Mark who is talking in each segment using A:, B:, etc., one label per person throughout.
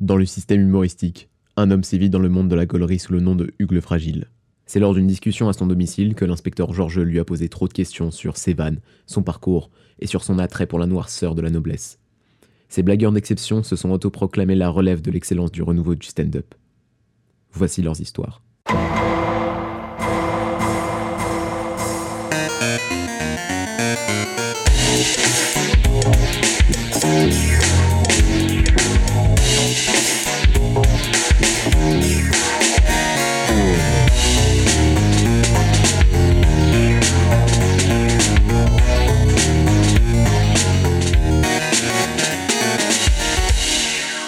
A: Dans le système humoristique, un homme sévit dans le monde de la gaulerie sous le nom de Hugues le Fragile. C'est lors d'une discussion à son domicile que l'inspecteur Georges lui a posé trop de questions sur ses vannes, son parcours et sur son attrait pour la noirceur de la noblesse. Ces blagueurs d'exception se sont autoproclamés la relève de l'excellence du renouveau du stand-up. Voici leurs histoires.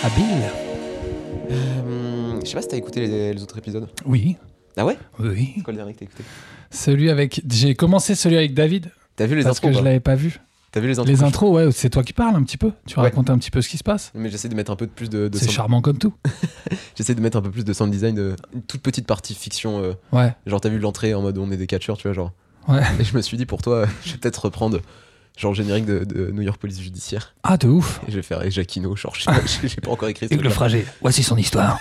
B: Habile
C: Euh, je sais pas si t'as écouté les, les autres épisodes.
B: Oui.
C: Ah ouais
B: Oui.
C: C'est quoi le dernier que t'as écouté
B: Celui avec. J'ai commencé celui avec David
C: T'as vu les
B: parce
C: intros
B: que je
C: pas
B: l'avais pas vu.
C: T'as vu les intros
B: Les intros, ouais, c'est toi qui parles un petit peu. Tu
C: Ouais.
B: racontes un petit peu ce qui se passe.
C: Mais j'essaie de mettre un peu de plus de, de
B: C'est
C: sound-
B: charmant comme tout.
C: j'essaie de mettre un peu plus de sound design,
A: euh,
C: de- une toute petite partie fiction. euh,
B: Ouais.
C: genre t'as vu l'entrée en mode on est des catcheurs, tu vois genre.
B: Ouais.
C: Et je me suis dit pour toi, je vais peut-être reprendre genre le générique de, de New York Police Judiciaire
B: Ah, de ouf.
C: et je vais faire avec Jacquino, genre je sais pas- j'ai j'ai pas encore écrit. ce
B: Hugues le
C: truc-là.
B: fragile. Voici son histoire.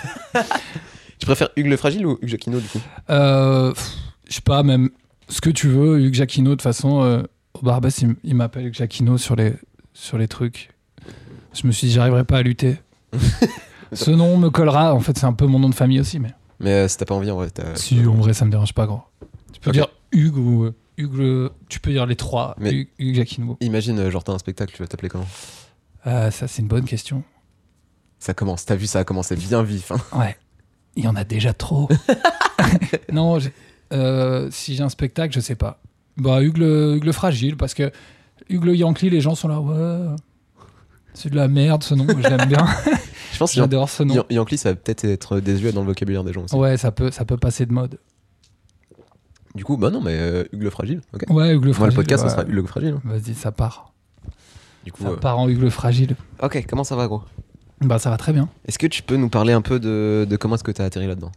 C: Tu préfères Hugues le fragile ou Hugues Jacquino du coup
B: Euh, pff, je sais pas, même ce que tu veux, Hugues Jacquino, de toute façon, euh, au Barbès, il, m- il m'appelle Hugues Jacquino sur les, sur les trucs. Je me suis dit, j'arriverai pas à lutter. ce nom me collera, en fait, c'est un peu mon nom de famille aussi, mais
C: Mais euh, si t'as pas envie en vrai, t'as.
B: si, en vrai, ça me dérange pas, gros. Tu peux
C: Ok.
B: dire Hugues ou euh, Hugues, le- tu peux dire les trois,
C: Mais-
B: Hugues, Hugues Jacquino.
C: Imagine, euh, genre t'as un spectacle, tu vas t'appeler comment
B: Euh, ça, c'est une bonne question.
C: Ça commence, t'as vu, ça a commencé bien vif. hein.
B: Ouais, il y en a déjà trop. non, j'ai- euh, si j'ai un spectacle, je sais pas. Bah, Hugues le, Hugues le fragile, parce que Hugues le Yankee, les gens sont là, ouais, c'est de la merde ce nom, je l'aime bien,
C: Je pense que
B: j'adore ce nom.
C: Yan- Yankee, ça va peut-être être désuet dans le vocabulaire des gens aussi.
B: Ouais, ça peut, ça peut passer de mode.
C: Du coup, bah non, mais euh, Hugues le fragile. ok.
B: Ouais, Hugues le
C: Moi,
B: fragile.
C: le podcast,
B: ouais.
C: ça sera Hugues le fragile. hein.
B: Vas-y, ça part.
C: Du coup,
B: Ça
C: euh,
B: part en Hugues le fragile.
C: ok, comment ça va, gros
B: Bah, ça va très bien.
C: Est-ce que tu peux nous parler un peu de, de comment est-ce que t'as atterri là-dedans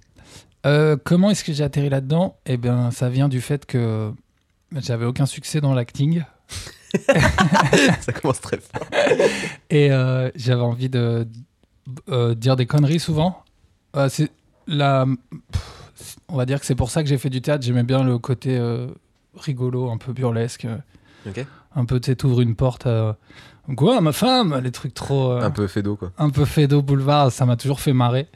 B: Euh, comment est-ce que j'ai atterri là-dedans Eh bien, ça vient du fait que j'avais aucun succès dans l'acting.
C: Ça commence très fort.
B: Et euh, j'avais envie de euh, dire des conneries souvent. Euh, c'est la, pff, c'est- on va dire que c'est pour ça que j'ai fait du théâtre. J'aimais bien le côté euh, rigolo, un peu burlesque. euh,
C: Ok.
B: Un peu, tu sais, t'ouvres une porte. euh, Quoi, ma femme Les trucs trop. euh,
C: Un peu fédo, quoi.
B: un peu Fedo Boulevard, ça m'a toujours fait marrer.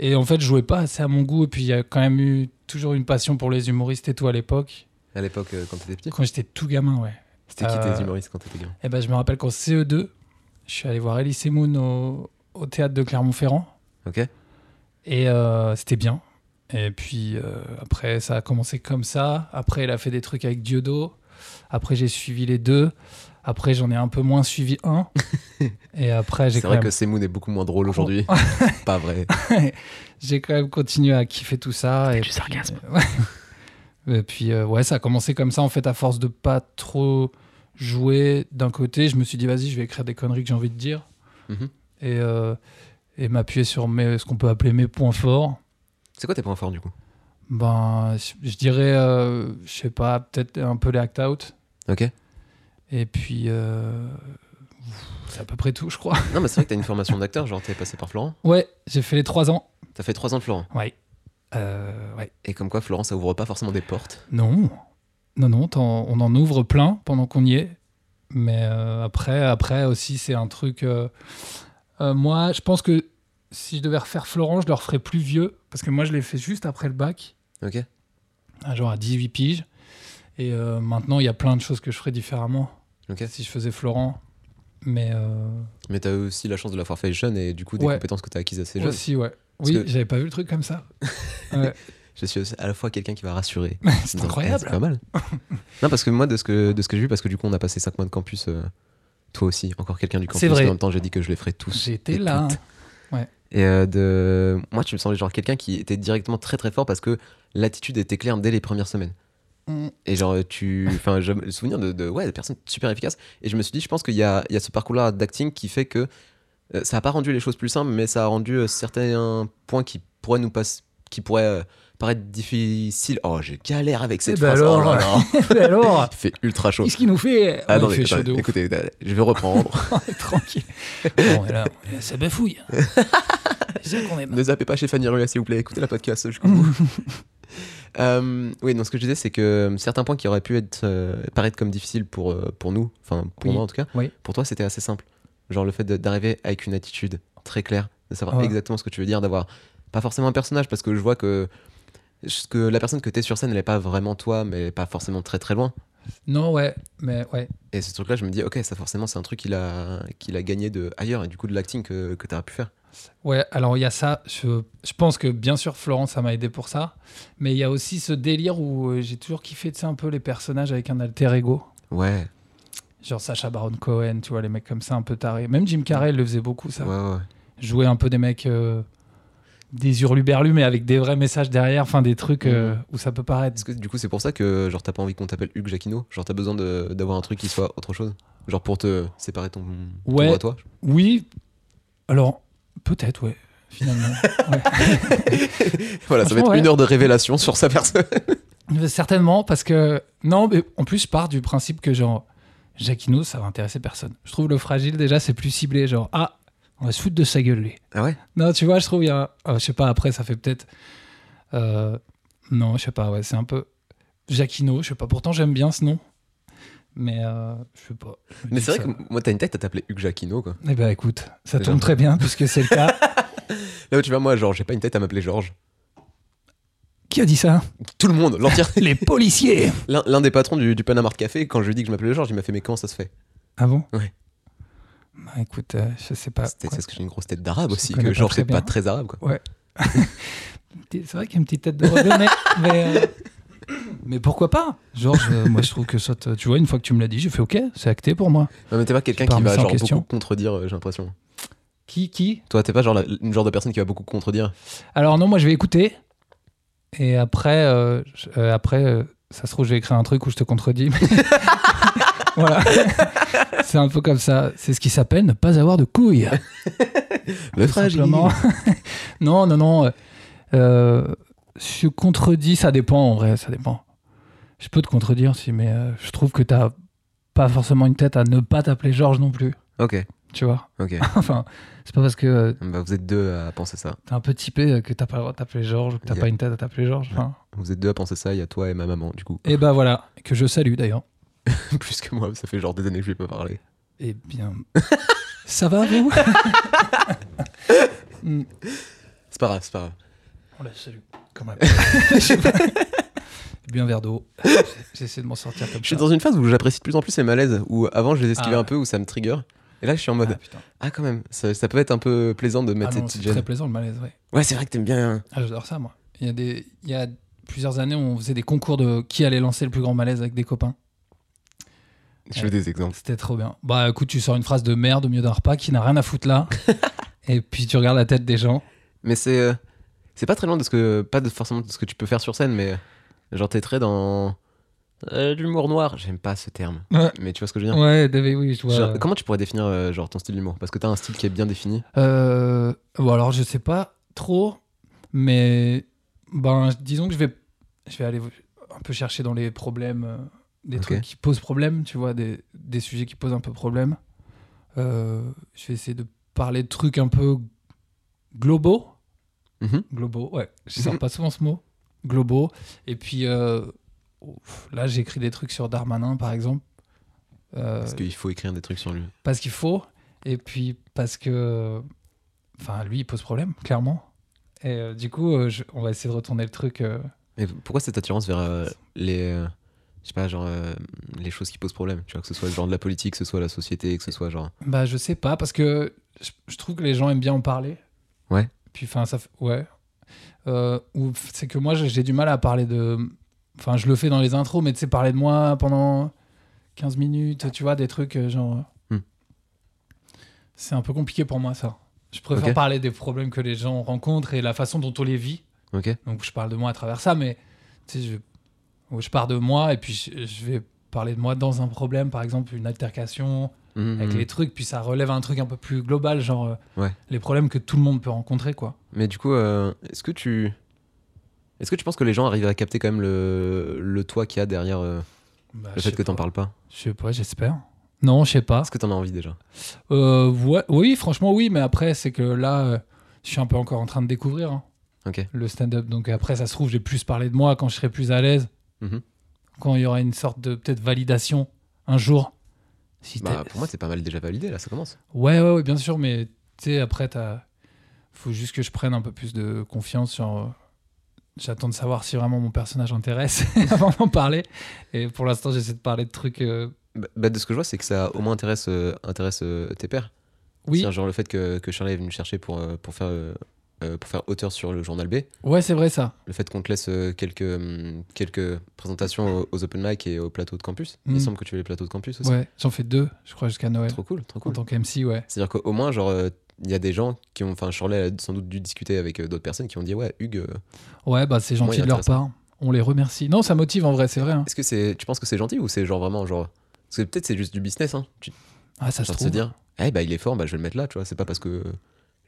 B: Et en fait, je jouais pas assez à mon goût. Et puis, il y a quand même eu toujours une passion pour les humoristes et tout à l'époque.
C: À l'époque, euh, quand t'étais petit.
B: Quand j'étais tout gamin, ouais.
C: C'était qui
B: Euh,
C: tes humoristes quand t'étais gamin
B: Eh ben, je me rappelle qu'en CE2, je suis allé voir Elise Moon au, au théâtre de Clermont-Ferrand.
C: Ok.
B: Et euh, c'était bien. Et puis euh, après, ça a commencé comme ça. Après, elle a fait des trucs avec Diodo. Après, j'ai suivi les deux. Après, j'en ai un peu moins suivi un. Et après, j'ai
C: C'est
B: quand,
C: vrai
B: même-
C: que Semoun est beaucoup moins drôle aujourd'hui. pas vrai.
B: j'ai quand même continué à kiffer tout ça. Et du sarcasme. Et puis, euh, ouais, ça a commencé comme ça. En fait, à force de pas trop jouer d'un côté, je me suis dit, vas-y, je vais écrire des conneries que j'ai envie de dire.
C: Mhm.
B: Et, euh, et m'appuyer sur mes, ce qu'on peut appeler mes points forts.
C: C'est quoi tes points forts, du coup
B: Ben, je je dirais, euh, je sais pas, peut-être un peu les act-out.
C: Ok.
B: Et puis, euh, c'est à peu près tout, je crois.
C: Non, mais c'est vrai que t'as une formation d'acteur, genre t'es passé par Florent.
B: Ouais, j'ai fait les trois ans.
C: T'as fait 3 ans de Florent.
B: Ouais. Euh, ouais.
C: Et comme quoi, Florent, ça ouvre pas forcément des portes.
B: Non. Non, non, t'en- on en ouvre plein pendant qu'on y est. Mais euh, après, après aussi, c'est un truc. euh, euh, moi, je pense que si je devais refaire Florent, je le referais plus vieux. Parce que moi, je l'ai fait juste après le bac.
C: Ok.
B: à genre à 18 piges. Et euh, maintenant, il y a plein de choses que je ferais différemment
C: Ok.
B: si je faisais Florent. Mais euh,
C: Mais t'as aussi la chance de l'avoir fait jeune et du coup des
B: Ouais.
C: compétences que t'as acquises assez jeune.
B: aussi, ouais.
C: Parce
B: Oui,
C: que-
B: j'avais pas vu le truc comme ça.
C: Je suis aussi à la fois quelqu'un qui va rassurer.
B: C'est
C: Donc, eh,
B: incroyable.
C: C'est pas mal. non, parce que moi, de ce que, de ce que j'ai vu, parce que du coup, on a passé 5 mois de campus, euh, toi aussi, encore quelqu'un du campus.
B: C'est vrai.
C: mais En même temps, j'ai dit que je les ferais tous.
B: J'étais
C: et
B: là. hein.
C: toutes. Et euh, de... moi, tu me semblais genre quelqu'un qui était directement très très fort parce que l'attitude était claire dès les premières semaines.
B: Mm.
C: Et genre, euh, tu. Enfin, je me souviens de, de- ouais, de personnes super efficaces. Et je me suis dit, je pense qu'il y a, il y a ce parcours-là d'acting qui fait que euh, ça n'a pas rendu les choses plus simples, mais ça a rendu euh, certains points qui pourraient nous passer. qui pourraient euh, paraître difficiles. Oh, je galère avec cette
B: Eh ben
C: phrase. Oh là là.
B: Mais alors,
C: Il fait ultra chaud.
B: qu'est-ce qu'il nous fait
C: Ah,
B: Ouais,
C: attendez,
B: Il fait chaud
C: attendez,
B: de ouf.
C: écoutez, euh, je vais reprendre.
B: Tranquille. Bon, et là, ça bafouille. Je sais qu'on est
C: Ne zappez pas chez Fanny Rua, s'il vous plaît, écoutez la podcast jusqu'au bout. Euh, oui, donc ce que je disais, c'est que euh, certains points qui auraient pu être, euh, paraître comme difficiles pour, euh, pour nous, enfin pour
B: Oui.
C: moi en tout cas,
B: Oui.
C: pour toi c'était assez simple. Genre le fait de- d'arriver avec une attitude très claire, de savoir
B: Ouais.
C: exactement ce que tu veux dire, d'avoir pas forcément un personnage, parce que je vois que, ce que la personne que t'es sur scène, elle est pas vraiment toi, mais elle est pas forcément très très loin.
B: Non, ouais, mais ouais.
C: Et ce truc-là, je me dis, ok, ça forcément c'est un truc qu'il a, qu'il a gagné de ailleurs et du coup de l'acting que, que t'aurais pu faire.
B: Ouais, alors il y a ça. Je, je pense que bien sûr, Florence, ça m'a aidé pour ça. Mais il y a aussi ce délire où euh, j'ai toujours kiffé, tu sais, un peu les personnages avec un alter ego.
C: Ouais,
B: Genre Sacha Baron Cohen, tu vois, les mecs comme ça, un peu tarés. Même Jim Carrey le faisait beaucoup, ça.
C: ouais, ouais.
B: Jouer un peu des mecs. euh, des hurluberlus, mais avec des vrais messages derrière, enfin des trucs euh, où ça peut paraître.
C: Est-ce que du coup c'est pour ça que genre t'as pas envie qu'on t'appelle Hugues Jacquino Genre t'as besoin de- d'avoir un truc qui soit autre chose Genre pour te séparer ton, ton
B: Ouais.
C: droit à toi
B: Oui, alors peut-être, ouais, finalement. Ouais.
C: Voilà, ça va être
B: Franchement, ouais.
C: une heure de révélation sur sa personne.
B: Euh, Certainement, parce que. Non, mais en plus, je pars du principe que, genre, Jacquino, ça va intéresser personne. Je trouve le fragile, déjà, c'est plus ciblé. Genre, ah, on va se foutre de sa gueule, lui.
C: Ah ouais
B: Non, tu vois, je trouve, il y a. un- ah, je sais pas, après, ça fait peut-être. euh, Non, je sais pas, ouais, c'est un peu. Jacquino, je sais pas. Pourtant, j'aime bien ce nom. Mais euh, je sais pas. Je me
C: Mais
B: dis
C: c'est vrai
B: ça-
C: que moi t'as une tête à t'appeler Hugues Jacquino quoi.
B: Eh ben, écoute,
C: C'est
B: ça tombe
C: gentil.
B: très bien, puisque c'est le cas.
C: Là où tu vois, moi genre j'ai pas une tête à m'appeler Georges.
B: Qui a dit ça
C: Tout le monde, l'entièreté.
B: Les policiers
C: L'un l'un des patrons du, du Panamart Café, quand je lui ai dit que je m'appelais Georges, il m'a fait mais comment ça se fait
B: Ah bon
C: Ouais.
B: Bah, écoute, euh, je sais pas.
C: C'était
B: quoi.
C: parce que j'ai une grosse tête d'arabe
B: Je
C: aussi,
B: connais
C: que
B: pas
C: Georges
B: très
C: c'est pas
B: bien.
C: très arabe quoi.
B: C'est vrai qu'il y a une petite tête de rebeu, mais, mais, euh, mais pourquoi pas Georges, euh, moi je trouve que ça, te- tu vois, une fois que tu me l'as dit, j'ai fait OK, c'est acté pour moi.
C: Non mais t'es pas quelqu'un
B: pars
C: qui
B: mis
C: va
B: ça en
C: genre
B: question.
C: beaucoup contredire, euh, j'ai l'impression.
B: Qui Qui
C: Toi t'es pas genre la- une genre de personne qui va beaucoup contredire.
B: Alors non, moi je vais écouter. Et après, euh, je- euh, après euh, ça se trouve, je vais écrire un truc où je te contredis. voilà. c'est un peu comme ça. C'est ce qui s'appelle ne pas avoir de couilles.
C: Le
B: Tout
C: fragile.
B: simplement. non, non, non. euh, euh, je contredis, ça dépend en vrai, ça dépend. Je peux te contredire si, mais euh, je trouve que t'as pas forcément une tête à ne pas t'appeler Georges non plus,
C: Ok,
B: tu vois.
C: ok.
B: enfin, c'est pas parce que euh,
C: Bah, vous êtes deux à penser ça.
B: t'es un peu typé euh, que t'as pas le droit de t'appeler Georges ou que t'as
C: Y a-
B: pas une tête à t'appeler Georges. enfin.
C: Vous êtes deux à penser ça, il y a toi et ma maman, du coup.
B: Et ben voilà, que je salue d'ailleurs.
C: Plus que moi, ça fait genre des années que je lui ai pas parlé.
B: Eh bien, ça va vous Mm.
C: C'est pas grave, c'est pas grave.
B: On la salue quand même. Je sais pas. J'ai bu un verre d'eau. J'essaie de m'en sortir comme
C: Je suis
B: ça.
C: dans une phase où j'apprécie de plus en plus les malaises, où avant je les esquivais
B: Ah ouais.
C: un peu, où ça me trigger. Et là je suis en
B: Ah,
C: mode,
B: putain.
C: ah quand même, ça, ça peut être un peu plaisant de
B: Ah
C: mettre ces
B: non,
C: petites
B: c'est très
C: gênes.
B: plaisant le malaise, ouais.
C: Ouais, c'est vrai que t'aimes bien. hein.
B: Ah, j'adore ça, moi. Il y, a des... il y a plusieurs années, on faisait des concours de qui allait lancer le plus grand malaise avec des copains.
C: Je veux des exemples.
B: C'était trop bien. Bah écoute, tu sors une phrase de merde au milieu d'un repas qui n'a rien à foutre là. et puis tu regardes la tête des gens.
C: Mais c'est. euh, C'est pas très loin de ce que. Pas de, forcément de ce que tu peux faire sur scène, mais. euh, Genre t'es très dans. euh, L'humour noir. J'aime pas ce terme.
B: Ouais.
C: Mais tu vois ce que je veux dire
B: Ouais, David, oui, je vois.
C: Genre, Comment tu pourrais définir euh, genre ton style d'humour Parce que t'as un style qui est bien défini.
B: Euh, bon, alors je sais pas trop, mais ben disons que je vais, je vais aller un peu chercher dans les problèmes, euh, des
C: Ok.
B: trucs qui posent problème, tu vois, des, des sujets qui posent un peu problème. Euh, je vais essayer de parler de trucs un peu globaux,
C: Mhm.
B: globaux, ouais, je sors pas souvent ce mot, globaux. Et puis euh, ouf, là, j'écris des trucs sur Darmanin, par exemple. Euh,
C: Parce qu'il faut écrire des trucs sur lui.
B: parce qu'il faut, et puis parce que. Enfin, lui, il pose problème, clairement. Et euh, du coup, euh, je- on va essayer de retourner le truc. euh.
C: Mais pourquoi cette attirance vers euh, les. euh, je sais pas, genre. euh, les choses qui posent problème. Tu vois, que ce soit le genre de la politique, que ce soit la société, que ce soit genre.
B: Bah, je sais pas, parce que je, je trouve que les gens aiment bien en parler.
C: Ouais.
B: Puis, enfin, ça. fait- Ouais. Euh, ou f- c'est que moi, j'ai- j'ai du mal à parler de. Enfin, je le fais dans les intros, mais tu sais, parler de moi pendant 15 minutes, tu vois, des trucs euh, genre.
C: Hmm.
B: C'est un peu compliqué pour moi, ça. Je préfère
C: Ok.
B: parler des problèmes que les gens rencontrent et la façon dont on les vit.
C: Ok
B: Donc je parle de moi à travers ça, mais tu sais, je, ou je pars de moi et puis je, je vais parler de moi dans un problème, par exemple une altercation
C: Mhm.
B: avec les trucs, puis ça relève à un truc un peu plus global, genre euh,
C: Ouais.
B: les problèmes que tout le monde peut rencontrer, quoi.
C: Mais du coup, euh, est-ce que tu. Est-ce que tu penses que les gens arrivent à capter quand même le, le toi qu'il y a derrière euh,
B: Bah,
C: le
B: je sais
C: fait que t'en
B: pas.
C: parles pas
B: Je sais pas, j'espère. Non, je sais pas.
C: Est-ce que t'en as envie déjà
B: Euh, ouais- oui, franchement, oui, mais après, c'est que là, euh, je suis un peu encore en train de découvrir hein,
C: Ok.
B: le stand-up. Donc après, ça se trouve, j'ai plus parlé de moi quand je serai plus à l'aise,
C: Mhm.
B: quand il y aura une sorte de peut-être validation un jour. Si t'es-
C: Bah, pour moi, c'est pas mal déjà validé là, ça commence.
B: Ouais, ouais, ouais, bien sûr, mais tu sais, après, t'as... faut juste que je prenne un peu plus de confiance sur. euh, J'attends de savoir si vraiment mon personnage intéresse avant d'en parler. Et pour l'instant, j'essaie de parler de trucs. euh,
C: Bah, bah, de ce que je vois, c'est que ça au moins intéresse, euh, intéresse euh, tes pairs.
B: Oui,
C: C'est-à-dire, genre le fait que, que Charlie est venu me chercher pour, euh, pour, faire, euh, euh, pour faire auteur sur le journal B,
B: ouais, c'est vrai ça.
C: le fait qu'on te laisse euh, quelques, hum, quelques présentations aux, aux open mic et aux plateaux de campus.
B: Mm.
C: Il semble que tu fais les plateaux de campus aussi.
B: Ouais, j'en fais deux, je crois, jusqu'à Noël.
C: Trop cool, trop
B: En
C: cool.
B: tant qu'MC, ouais.
C: C'est-à-dire qu'au moins, genre, euh, il y a des gens qui ont. Enfin, Charlie a sans doute dû discuter avec euh, d'autres personnes qui ont dit Ouais, Hugues, euh,
B: Ouais, bah c'est gentil
C: Ouais,
B: de leur part. On les remercie. Non, ça motive en vrai, c'est vrai. hein.
C: est-ce que c'est. Tu penses que c'est gentil ou c'est genre vraiment genre. Parce que peut-être c'est juste du business, hein. Tu
B: Ah, ça se
C: genre, de
B: trouve.
C: se dire Eh, bah, il est fort, bah, je vais le mettre là, tu vois. C'est pas parce que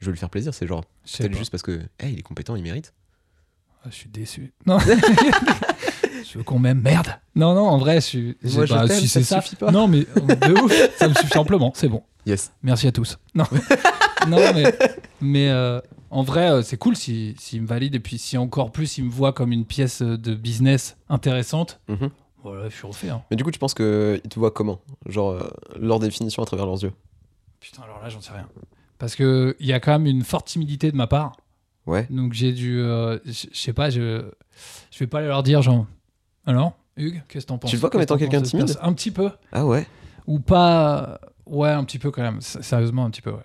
C: je veux lui faire plaisir, c'est genre
B: Je sais
C: peut-être
B: pas.
C: juste parce que. Eh, il est compétent, il mérite.
B: Ah, je suis déçu. Non. je veux qu'on m'aime, merde. Non, non, en vrai, je suis.
C: Moi, je t'aime, ça te suffit pas.
B: Non, mais euh, de ouf, ça me suffit amplement, c'est bon.
C: Yes.
B: Merci à tous. Non, non mais, mais, euh, en vrai, euh, c'est cool s'ils si, s'ils me valident et puis si encore plus ils me voient comme une pièce euh, de business intéressante.
C: Mhm.
B: Voilà, je suis refait. hein.
C: Mais du coup, tu penses qu'ils te voient comment Genre, euh, leur définition à travers leurs yeux
B: Putain, alors là, j'en sais rien. Parce qu'il y a quand même une forte timidité de ma part.
C: Ouais.
B: Donc j'ai dû. euh, je je sais pas, je, je vais pas aller leur dire, genre. Alors, Hugues, qu'est-ce que t'en penses
C: le vois comme
B: Qu'est-ce
C: étant
B: t'en
C: quelqu'un
B: penses de
C: de timide
B: ce perso- Un petit peu.
C: Ah ouais
B: Ou pas. Ouais, un petit peu quand même. S- Sérieusement, un petit peu, ouais.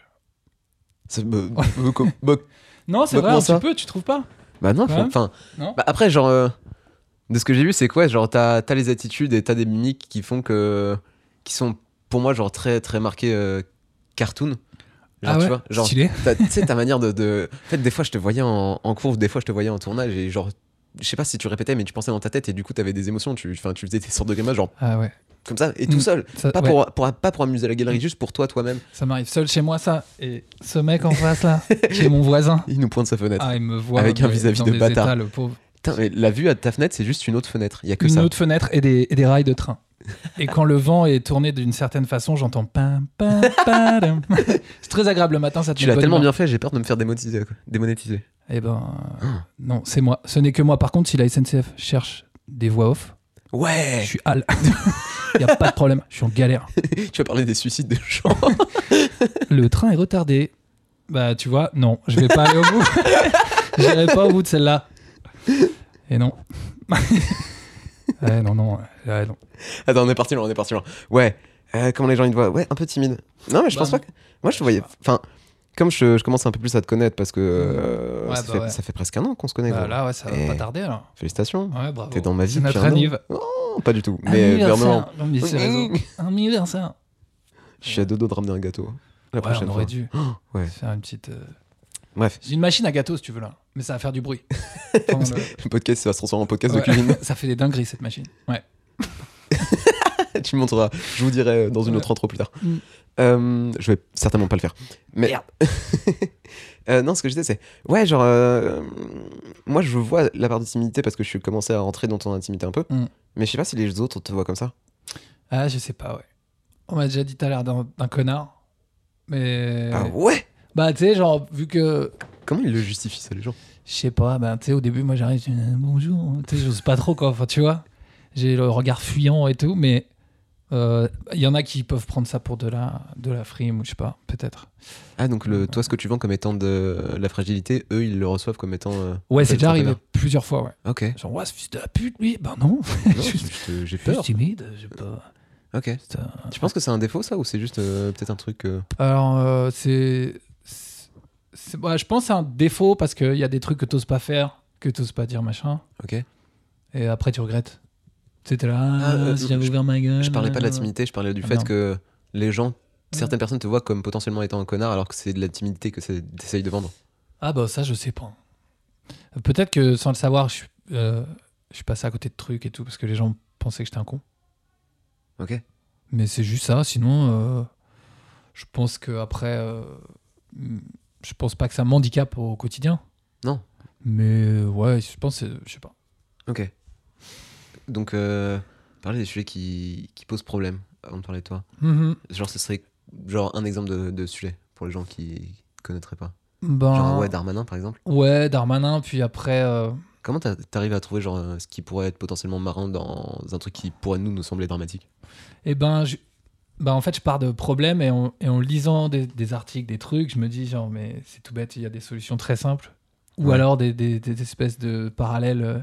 C: Ça me- me- com- me-
B: Non, c'est
C: Bah,
B: vrai, un
C: comment ça
B: petit peu, tu trouves pas
C: Bah non,
B: Ouais.
C: enfin.
B: Non
C: bah après, genre. euh, de ce que j'ai vu, c'est quoi genre, t'as as les attitudes et t'as des mimiques qui font que. qui sont pour moi, genre, très, très marquées euh, cartoon. Genre,
B: Ah ouais,
C: tu vois, genre,
B: stylé.
C: t'as- tu sais, ta manière de, de. En fait, des fois, je te voyais en, en cours, des fois, je te voyais en tournage et genre. Je sais pas si tu répétais, mais tu pensais dans ta tête et du coup, t'avais des émotions. Tu, enfin, tu faisais des sortes de grimaces, genre,
B: Ah ouais.
C: comme ça, et tout
B: Mm.
C: seul.
B: Ça,
C: Pas,
B: ouais,
C: pour, pour- pas pour amuser la galerie, juste pour toi, toi-même.
B: ça m'arrive seul chez moi, ça. Et ce mec en face, là, qui est mon voisin.
C: Il nous pointe sa fenêtre.
B: Ah, il me voit.
C: Avec un
B: mais
C: vis-à-vis
B: dans
C: de
B: des
C: bâtard.
B: états, le pauvre.
C: Putain, mais la vue à ta fenêtre, c'est juste une autre fenêtre. Il y a que
B: une
C: ça.
B: autre fenêtre et des, et des rails de train. Et quand le vent est tourné d'une certaine façon, j'entends pam pam pam. C'est très agréable le matin, ça te
C: Tu
B: met de
C: l'as
B: bonne
C: tellement bien
B: humeur.
C: fait, j'ai peur de me faire démonétiser. quoi. démonétiser.
B: Eh ben euh,
C: Ah.
B: non, c'est moi. Ce n'est que moi. Par contre, si la SNCF cherche des voix off, je
C: Ouais
B: suis hal. Il y a pas de problème, je suis en galère.
C: Tu vas parler des suicides de gens.
B: Le train est retardé. Bah tu vois, non, je vais pas aller au bout. J'irai pas au bout de celle-là. Et non. Ouais, non non, ouais, non.
C: Attends, on est parti loin, on est parti loin. Ouais. Euh, comment les gens ils te voient Ouais, un peu timide. Non, mais je
B: Bah,
C: pense pas que. Moi, je te voyais. Enfin, comme je, je commence un peu plus à te connaître parce que euh,
B: Ouais,
C: ça,
B: bah
C: fait,
B: ouais.
C: ça fait presque un an qu'on se connaît.
B: Bah,
C: gros.
B: là ouais, ça va
C: Eh.
B: pas tarder alors.
C: Félicitations.
B: Ouais, bravo.
C: T'es dans ma vie.
B: C'est notre
C: depuis un an.
B: anniv.
C: Non, pas du tout.
B: ah
C: Mais euh, vraiment,
B: Non, mais c'est raison. Anniversaire.
C: je suis à deux doigts de ramener un gâteau. La
B: Ouais,
C: prochaine
B: on
C: fois.
B: aurait dû
C: ouais.
B: faire une petite. euh,
C: Bref,
B: J'ai une machine à gâteau si tu veux là, mais ça va faire du bruit. Pendant le-
C: le podcast, ça va se transformer en podcast
B: Ouais.
C: de cuisine.
B: ça fait des dingueries cette machine. Ouais.
C: tu me montreras. Je vous dirai euh, dans une autre intro plus tard.
B: Mm.
C: Euh, je vais certainement pas le faire. Mais Euh, non, ce que je disais, c'est ouais, genre euh, moi je vois la part de timidité parce que je suis commencé à rentrer dans ton intimité un peu.
B: Mm.
C: Mais je sais pas si les autres te voient comme ça.
B: Ah, je sais pas, ouais. On m'a déjà dit t'as l'air d'un d'un connard. Mais.
C: Ah ouais.
B: Bah, tu sais, genre, vu que.
C: Comment ils le justifient ça les gens
B: Je sais pas, bah, tu sais, au début, moi j'arrive, je dis euh, bonjour. Tu sais, j'ose pas trop quoi. Enfin, tu vois, j'ai le regard fuyant et tout, mais. euh, Il y en a qui peuvent prendre ça pour de la, de la frime ou je sais pas, peut-être.
C: Ah donc le toi ce que tu vends comme étant de la fragilité, eux ils le reçoivent comme étant. euh,
B: Ouais, c'est
C: comme
B: déjà arrivé
C: entrepreneur.
B: plusieurs fois, ouais.
C: Ok.
B: Genre, ouais, ce fils de la pute, lui. Ben non,
C: Non,
B: Juste-
C: juste, euh, J'ai
B: je suis
C: peur.
B: timide. j'ai pas-
C: Ok.
B: c'est un-
C: Tu penses que c'est un défaut ça ou c'est juste euh, peut-être un truc euh,
B: Alors, euh, c'est. c'est- c'est- ouais, je pense que c'est un défaut parce qu'il y a des trucs que t'oses pas faire, que t'oses pas dire, machin.
C: Ok.
B: Et après, tu regrettes. Tu sais, t'es là,
C: Ah, euh,
B: si j'avais
C: je-
B: ouvert ma gueule.
C: Je parlais pas de la
B: blablabla.
C: timidité, je parlais du
B: Ah,
C: fait
B: merde.
C: que les gens, certaines personnes te voient comme potentiellement étant un connard alors que c'est de la timidité que c'est- t'essayes de vendre.
B: Ah, bah, ça, je sais pas. Peut-être que sans le savoir, je suis, euh, je suis passé à côté de trucs et tout parce que les gens pensaient que j'étais un con.
C: Ok.
B: Mais c'est juste ça. Sinon, euh, je pense que après, euh, mm, je pense pas que ça m'handicape au quotidien.
C: Non.
B: Mais euh, ouais, je pense, que c'est- je sais pas.
C: Ok. Donc, euh, parler des sujets qui, qui posent problème avant de parler
B: Mhm.
C: de toi. Genre, ce serait genre un exemple de, de sujet pour les gens qui connaîtraient pas.
B: Ben,
C: Genre, ouais, Darmanin par exemple.
B: ouais, Darmanin, puis après. euh,
C: Comment t'a- t'arrives à trouver genre euh, ce qui pourrait être potentiellement marrant dans un truc qui pourrait nous nous sembler dramatique
B: Eh ben, je- ben, en fait, je pars de problèmes et en, et en lisant des, des articles, des trucs, je me dis, genre, mais c'est tout bête, il y a des solutions très simples. Ou
C: Ouais.
B: alors des, des- des espèces de parallèles euh,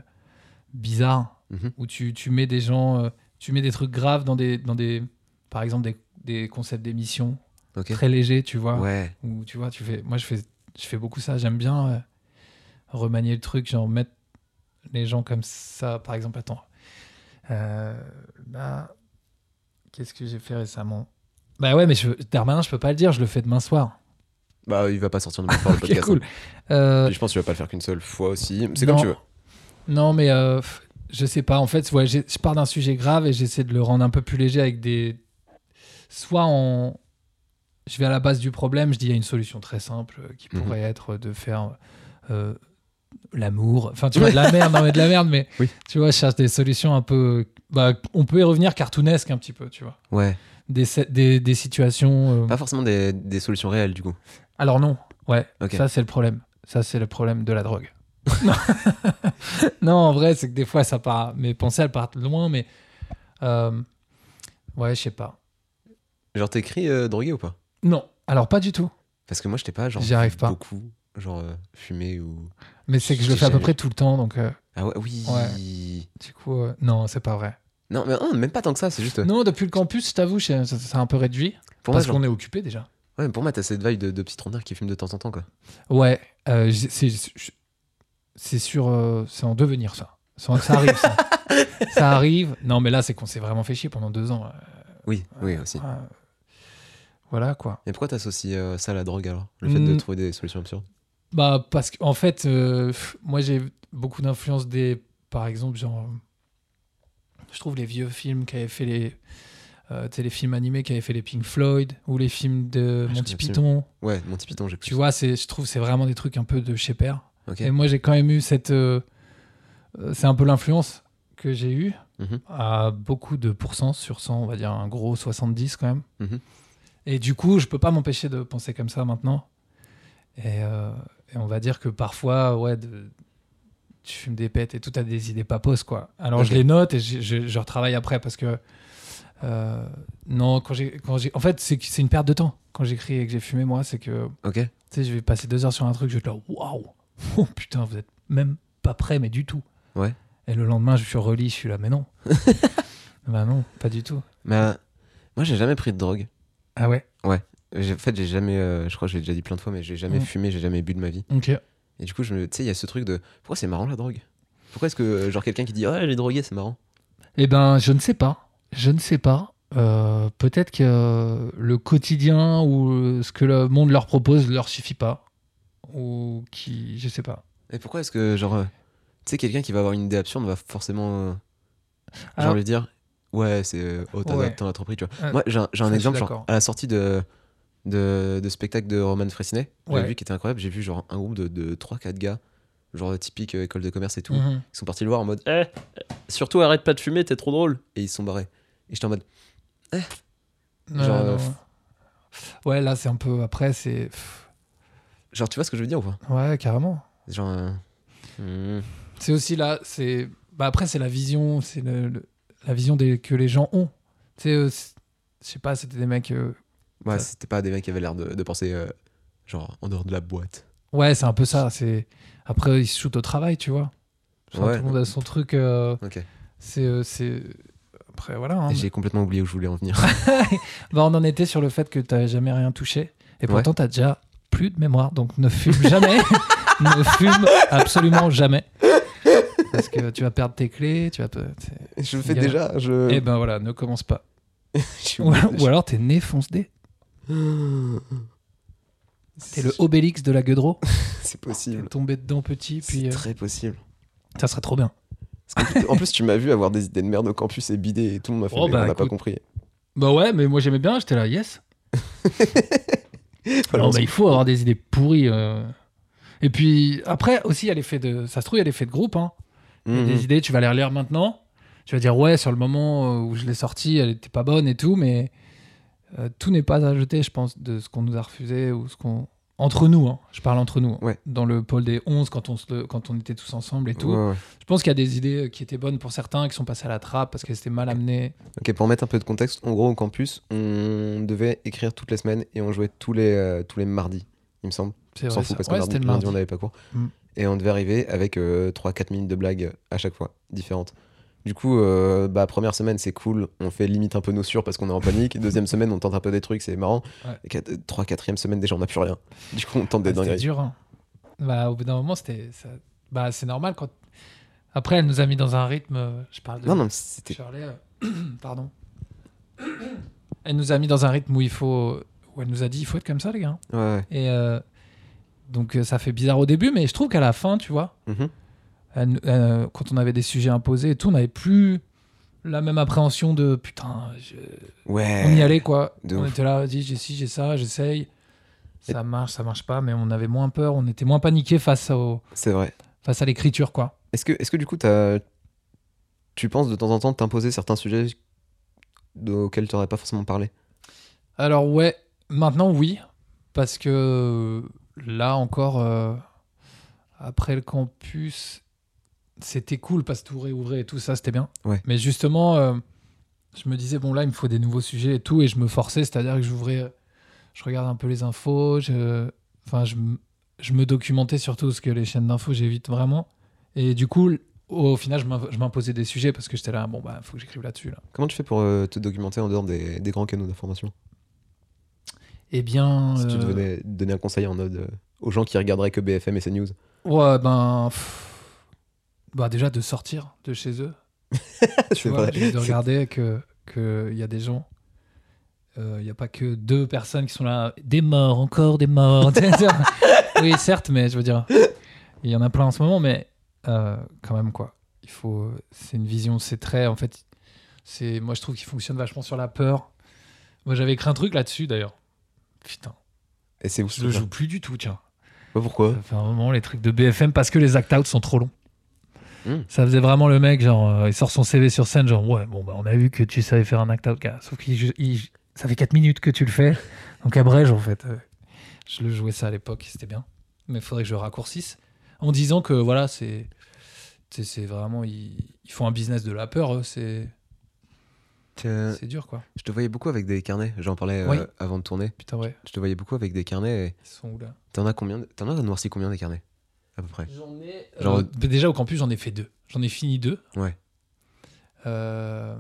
B: bizarres
C: Mhm.
B: où tu, tu mets des gens, euh, tu mets des trucs graves dans des, dans des par exemple, des, des concepts d'émissions
C: Ok.
B: très légers, tu vois.
C: Ouais.
B: Ou tu vois, tu fais, moi je fais, je fais beaucoup ça. J'aime bien euh, remanier le truc, genre mettre les gens comme ça. Par exemple, attends, Euh, là, qu'est-ce que j'ai fait récemment Bah ouais, mais je, Darmanin, je peux pas le dire. Je le fais demain soir.
C: Bah, il va pas sortir de faire le
B: Ok,
C: podcast.
B: cool.
C: hein.
B: Euh,
C: Puis je pense que tu vas pas le faire qu'une seule fois aussi. C'est
B: Non.
C: comme tu veux.
B: non, mais euh, pff, je sais pas. En fait, ouais, j'ai- je pars d'un sujet grave et j'essaie de le rendre un peu plus léger avec des, soit en je vais à la base du problème, je dis il y a une solution très simple euh, qui
C: Mhm.
B: pourrait être de faire euh, l'amour, enfin tu vois de la merde, non mais de la merde, mais
C: Oui.
B: tu vois, je cherche des solutions un peu, bah, on peut y revenir cartoonesque un petit peu, tu vois,
C: Ouais.
B: des, se- des, des situations. euh,
C: Pas forcément des, des solutions réelles du coup.
B: Alors non, ouais,
C: Ok.
B: ça c'est le problème, ça c'est le problème de la drogue. non. Non, en vrai c'est que des fois ça part, mes pensées elles partent loin, mais euh, ouais je sais pas.
C: Genre, t'écris euh, drogué ou pas
B: Non, alors pas du tout,
C: Parce que moi, j'étais pas genre
B: j'y arrive pas.
C: beaucoup, genre euh, fumé ou.
B: Mais c'est que je le
C: J'ai
B: fais à peu
C: jamais-
B: près tout le temps, donc euh,
C: Ah ouais, oui.
B: du coup, euh, non, c'est pas vrai.
C: Non, mais non, même pas tant que ça, c'est juste. euh,
B: Non, depuis le campus, je t'avoue, c'est c'est- c'est un peu réduit.
C: Pour moi,
B: parce
C: genre,
B: qu'on est occupé déjà.
C: ouais, mais pour moi, t'as cette vibe de, de petit rondard qui fume de temps en temps, quoi.
B: Ouais, euh, j'ai- c'est je- c'est sûr, euh, c'est en devenir ça. Ça, ça arrive, ça. ça arrive. Non, mais là, c'est qu'on s'est vraiment fait chier pendant deux ans. euh,
C: Oui, oui, aussi.
B: euh, voilà quoi.
C: Et pourquoi t'associes euh, ça à la drogue alors Le fait
B: Hmm.
C: de trouver des solutions absurdes
B: Bah parce qu'en fait, euh, pff, moi j'ai beaucoup d'influence des, par exemple, genre, euh, je trouve les vieux films qu'avaient fait les, euh, tu sais, les films animés qu'avaient fait les Pink Floyd ou les films de
C: Ah, je connais
B: Monty Python.
C: Ouais, mon petit piton, j'ai plus.
B: Tu vois, c'est, je trouve, c'est vraiment des trucs un peu de chez père.
C: Ok.
B: Et moi j'ai quand même eu cette, euh, euh, c'est un peu l'influence que j'ai eue
C: Mhm.
B: à beaucoup de pourcents sur 100, on va dire un gros 70 quand même.
C: Mhm.
B: Et du coup, je peux pas m'empêcher de penser comme ça maintenant. Et, euh, et on va dire que parfois, ouais, de- tu fumes des pètes et tout, t'as des idées papos, quoi. Alors je
C: Ok.
B: les note et je, je- je retravaille après parce que. euh, non, quand j'ai. quand j'ai- En fait, c'est que- c'est une perte de temps. Quand j'écris et que j'ai fumé, moi, c'est que.
C: Ok.
B: Tu sais, je vais passer deux heures sur un truc, je vais être là, waouh Oh putain, vous êtes même pas prêt, mais du tout.
C: Ouais.
B: Et le lendemain, je suis relis, je suis là, mais non. bah non, pas du tout.
C: Mais euh, moi, j'ai jamais pris de drogue.
B: Ah ouais
C: J'ai- En fait, j'ai jamais. euh, je crois que j'ai déjà dit plein de fois, mais j'ai jamais
B: Mm.
C: fumé, j'ai jamais bu de ma vie.
B: Ok.
C: Et du coup, je me- tu sais, il y a ce truc de. Pourquoi c'est marrant la drogue Pourquoi est-ce que, euh, genre, quelqu'un qui dit Ouais, j'ai drogué, c'est marrant
B: Eh ben, je ne sais pas. Je ne sais pas. Euh, Peut-être que euh, le quotidien ou euh, ce que le monde leur propose leur suffit pas. Ou qui. Je sais pas.
C: Et pourquoi est-ce que, genre, euh, tu sais, quelqu'un qui va avoir une idée absurde va forcément, euh,
B: Ah.
C: genre, lui dire, ouais, c'est, euh, oh, t'en
B: Ouais.
C: as, t'en as trop pris, tu vois.
B: Ah,
C: Moi, j'ai un, j'ai un
B: ça, je suis
C: exemple,
B: d'accord.
C: genre, à la sortie de, de, de spectacle de Roman Fressinet,
B: Ouais.
C: j'ai vu qui était incroyable, j'ai vu, genre, un groupe de, de 3-4 gars, genre, typique euh, école de commerce et tout,
B: Mhm.
C: ils sont partis le voir en mode, eh, eh, surtout arrête pas de fumer, t'es trop drôle. Et ils se sont barrés. Et j'étais en mode,
B: Non,
C: Genre,
B: non,
C: euh,
B: non. Ouais, là, c'est un peu. Après, c'est. pff,
C: genre, tu vois ce que je veux dire ou pas
B: Ouais, carrément.
C: Genre, euh, hmm,
B: C'est aussi là, c'est. Bah après, c'est la vision, c'est le- le- la vision des, que les gens ont. Tu sais, euh, c'est- je sais pas, c'était des mecs. euh,
C: ouais,
B: Ça-
C: c'était pas des mecs qui avaient l'air de, de penser, euh, genre, en dehors de la boîte.
B: Ouais, c'est un peu ça. C'est après, ils se shootent au travail, tu vois. Enfin,
C: Ouais.
B: Tout le monde a son truc. euh,
C: Ok. Et
B: c'est, euh, c'est. Après, voilà. hein.
C: j'ai complètement oublié où je voulais en venir.
B: Bah, on en était sur le fait que t'avais jamais rien touché. Et
C: Ouais.
B: pourtant, t'as déjà plus de mémoire. Donc, ne fume jamais. ne fume absolument jamais. Parce que tu vas perdre tes clés. Tu vas.
C: Euh.
B: te- c'est-
C: Je le
B: fais Galère.
C: je.
B: Eh ben voilà, ne commence pas.
C: je suis
B: Ou,
C: obligé.
B: ou alors, t'es né fonce-dé. T'es le Obélix de la Gueudreau.
C: C'est
B: T'es
C: possible.
B: tombé dedans petit, puis
C: C'est
B: euh,
C: très possible.
B: ça serait trop bien.
C: Parce qu'en plus- en plus, tu m'as vu avoir des idées de merde au campus et bidé et tout le monde m'a fait.
B: Oh,
C: mais
B: bah,
C: on n'a pas
B: écoute.
C: compris.
B: Bah ouais, mais moi j'aimais bien, j'étais là, yes.
C: Voilà, on
B: il faut avoir des idées pourries. euh. Et puis après aussi, il y a l'effet de. Ça se trouve, il y a l'effet de groupe. Hein.
C: se-
B: Il y a
C: Mhm.
B: Des idées, tu vas les relire maintenant. Tu vas dire, ouais, sur le moment euh, où je l'ai sortie, elle était pas bonne et tout, mais euh, tout n'est pas à jeter, je pense, de ce qu'on nous a refusé ou ce qu'on. entre nous, hein, je parle entre nous, hein,
C: Ouais.
B: dans le pôle des 11 quand on, se le- quand on était tous ensemble et tout.
C: Ouais, ouais.
B: Je pense qu'il y a des idées euh, qui étaient bonnes pour certains, qui sont passées à la trappe parce qu'elles étaient mal amenées.
C: Ok, pour mettre un peu de contexte, en gros, au campus, on devait écrire toutes les semaines et on jouait tous les, euh, tous les mardis, il me semble.
B: C'est
C: On
B: vrai,
C: s'en fout
B: ça.
C: parce que
B: Ouais,
C: mardi,
B: c'était le
C: lundi,
B: mardi.
C: on n'avait pas cours.
B: Mm.
C: Et on devait arriver avec 3-4 minutes de blagues à chaque fois, différentes. Du coup, euh, bah, première semaine, c'est cool, on fait limite un peu nos sûrs parce qu'on est en panique. Deuxième semaine, on tente un peu des trucs, c'est marrant.
B: Ouais.
C: Et quatre- trois, quatrième semaine, déjà, on n'a plus rien. Du coup, on tente des
B: Ah, C'était
C: dingueries.
B: dur. hein. Bah, au bout d'un moment, c'était. ça- Bah, c'est normal quand. Après, elle nous a mis dans un rythme. euh, Je parle de
C: Non, non, mais c'était.
B: Shirley. euh, Pardon. Elle nous a mis dans un rythme où il faut. Où elle nous a dit, il faut être comme ça, les gars.
C: Ouais, ouais.
B: Et euh, donc, euh, ça fait bizarre au début, mais je trouve qu'à la fin, tu vois,
C: Mhm.
B: elle- euh, quand on avait des sujets imposés et tout, on n'avait plus la même appréhension de putain, je-
C: Ouais.
B: on y allait quoi.
C: Eh, de
B: on
C: ouf.
B: était là, dis j'ai ci, j'ai ça, j'essaye. Ça marche, ça marche pas, mais on avait moins peur, on était moins paniqué face, au,
C: C'est vrai.
B: face à l'écriture quoi.
C: Est-ce que, est-ce que du coup, t'as- tu penses de temps en temps t'imposer certains sujets de- auxquels tu n'aurais pas forcément parlé
B: Alors ouais, maintenant oui, parce que euh, là encore, euh, après le campus, c'était cool parce que tout réouvrait et tout ça, c'était bien.
C: Ouais.
B: Mais justement, euh, je me disais, bon là, il me faut des nouveaux sujets et tout, et je me forçais, c'est-à-dire que j'ouvrais, je regarde un peu les infos, je, enfin, je, m- je me documentais surtout ce que les chaînes d'infos, j'évite vraiment. Et du coup, au final, je m'im- je m'imposais des sujets parce que j'étais là, bon, bah, faut que j'écrive là-dessus. Là.
C: Comment tu fais pour euh, te documenter en dehors des, des grands canaux d'information
B: Eh bien...
C: Si tu
B: euh,
C: devais donner un conseil en mode euh, aux gens qui regarderaient que BFM et CNews.
B: Ouais, ben. pff, Bah, déjà de sortir de chez eux.
C: C'est
B: Tu vois,
C: vrai.
B: juste de
C: C'est-
B: regarder qu'il que y a des gens. euh, Il n'y a pas que deux personnes qui sont là. Des morts, encore des morts. Tu sais, oui, certes, mais je veux dire. Il y en a plein en ce moment, mais euh, quand même, quoi. Il faut. C'est une vision, c'est très. En fait, c'est moi, je trouve qu'il fonctionne vachement sur la peur. Moi, j'avais écrit un truc là-dessus, d'ailleurs. Putain,
C: Et c'est ouf.
B: je le joue plus du tout, tiens.
C: Bah, Pourquoi
B: Ça fait un moment les trucs de BFM parce que les act-out sont trop longs.
C: Hmm.
B: Ça faisait vraiment le mec, genre, euh, il sort son CV sur scène, genre, ouais, bon, bah, on a vu que tu savais faire un act-out, gars. Sauf que ça fait 4 minutes que tu le fais. Donc, abrège, en fait. euh. je le jouais ça à l'époque, c'était bien. Mais faudrait que je raccourcisse en disant que, voilà, c'est. c'est- C'est vraiment. Ils, ils font un business de la peur, eux, c'est
C: Euh,
B: c'est dur, quoi.
C: Je te voyais beaucoup avec des carnets. J'en parlais euh,
B: Oui.
C: avant de tourner.
B: Putain, ouais,
C: Je te voyais beaucoup avec des carnets. et
B: ils sont où là
C: T'en as combien de- T'en as noirci combien des carnets À peu près.
B: J'en ai. euh,
C: Genre- euh,
B: déjà, au campus, j'en ai fait deux. J'en ai fini deux.
C: Ouais.
B: Euh.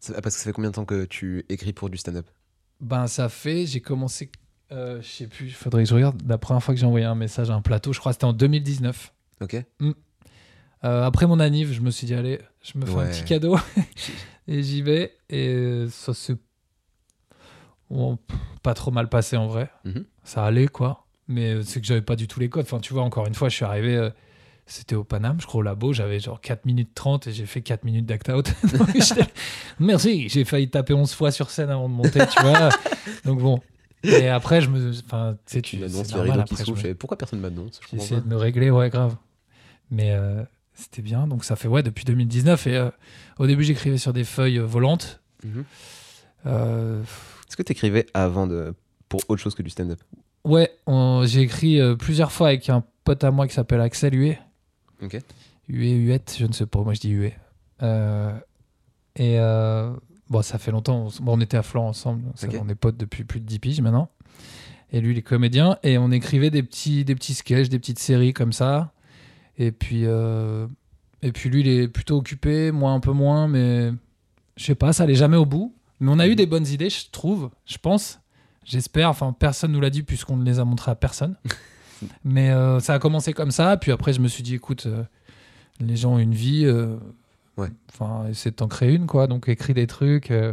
C: Ça- ah, Parce que ça fait combien de temps que tu écris pour du stand-up
B: Ben, ça fait, j'ai commencé, euh, je sais plus, faudrait que je regarde, la première fois que j'ai envoyé un message à un plateau, je crois que c'était en 2019.
C: Ok.
B: Euh, après mon anniv, je me suis dit, allez, je me fais un
C: Ouais.
B: petit cadeau et j'y vais. Et euh, ça s'est bon, pff, pas trop mal passé en vrai.
C: Mhm.
B: Ça allait quoi. Mais euh, c'est que j'avais pas du tout les codes. Enfin, tu vois, encore une fois, je suis arrivé, euh, c'était au Paname, je crois, au labo, j'avais genre 4 minutes 30 et j'ai fait 4 minutes d'act-out. Donc, j'étais- Merci, j'ai failli taper 11 fois sur scène avant de monter, tu vois. Donc bon. Et après, je me. Enfin, tu sais, tu.
C: Tu annonces
B: c'est
C: les
B: normal,
C: rideaux qui
B: après, je me-
C: s'ouvrent. Pourquoi personne m'annonce Je
B: j'ai
C: comprends
B: essayé
C: pas.
B: de me régler, ouais, grave. Mais euh, c'était bien. Donc ça fait, ouais, depuis 2019. Et euh, au début, j'écrivais sur des feuilles euh, volantes.
C: Mhm.
B: Euh,
C: Est-ce que t'écrivais avant de pour autre chose que du stand-up
B: ouais, on- j'ai écrit euh, plusieurs fois avec un pote à moi qui s'appelle Axel Huet.
C: Ok.
B: Huet, Huette, je ne sais pas. Moi, je dis Huet. Euh, et euh, bon, ça fait longtemps. On, s- bon, on était à Florent ensemble. donc ça,
C: Ok.
B: On est potes depuis plus de 10 piges maintenant. Et lui, il est comédien. Et on écrivait des petits, des petits sketchs, des petites séries comme ça. Et puis, euh, et puis lui, il est plutôt occupé. Moi, un peu moins. Mais je sais pas, ça allait jamais au bout. Mais on a eu des bonnes idées, je trouve. Je pense. J'espère. Enfin, personne nous l'a dit puisqu'on ne les a montrées à personne. mais euh, ça a commencé comme ça. Puis après, je me suis dit, écoute, euh, les gens ont une vie. euh,
C: Ouais.
B: Enfin, essaie de t'en créer une, quoi. Donc, écris des trucs. euh.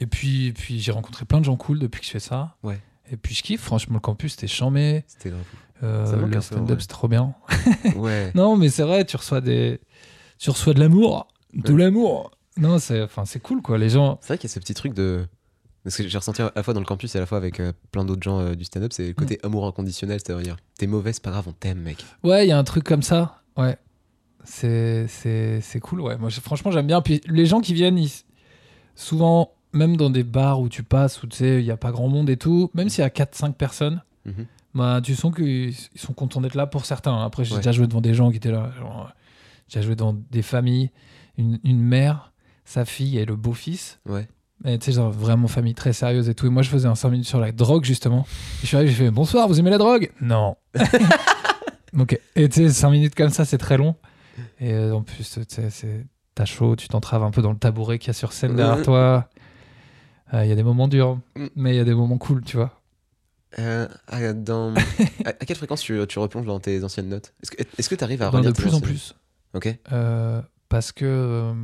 B: Et puis, et puis j'ai rencontré plein de gens cool depuis que je fais ça.
C: Ouais.
B: Et puis, je kiffe. Franchement, le campus, c'était chambé.
C: C'était grave.
B: Euh,
C: Ça manque un peu,
B: le
C: en
B: stand-up,
C: vrai.
B: c'est trop bien.
C: Ouais.
B: Non, mais c'est vrai, tu reçois des, tu reçois de l'amour, de
C: Ouais.
B: l'amour. Non, c'est, enfin, c'est cool, quoi. Les gens.
C: C'est vrai qu'il y a ce petit truc de. Parce que j'ai ressenti à la fois dans le campus et à la fois avec euh, plein d'autres gens euh, du stand-up, c'est le côté amour inconditionnel, c'est-à-dire t'es mauvais, c'est pas grave, on t'aime, mec.
B: Ouais, il y a un truc comme ça. Ouais. C'est, c'est, c'est cool, ouais. Moi, je- franchement, j'aime bien. Puis les gens qui viennent, ils- souvent, même dans des bars où tu passes, où tu sais, il n'y a pas grand monde et tout, même s'il y a 4-5 personnes,
C: Mhm.
B: bah, tu sens qu'ils ils sont contents d'être là pour certains. Après, j'ai
C: Ouais.
B: déjà joué devant des gens qui étaient là. genre, euh, J'ai joué devant des familles, une, une mère, sa fille et le beau-fils.
C: Ouais.
B: Et tu sais, genre vraiment famille très sérieuse et tout. Et moi, je faisais un 5 minutes sur la drogue, justement. Et je suis arrivé, j'ai fait Bonsoir, vous aimez la drogue Non. ok. Et tu sais, 5 minutes comme ça, c'est très long. Et euh, en plus, tu sais, c'est- t'as chaud, tu t'entraves un peu dans le tabouret qu'il y a sur scène derrière
C: Mhm.
B: toi. Euh, Il y a des moments durs,
C: Mhm.
B: mais il y a des moments cool, tu vois.
C: Euh, ah, dans- à, à quelle fréquence tu, tu replonges dans tes anciennes notes Est-ce que est-ce que tu arrives à
B: Ben,
C: relire
B: de
C: tes
B: plus en
C: anciennes-
B: plus.
C: Ok.
B: Euh, parce que euh,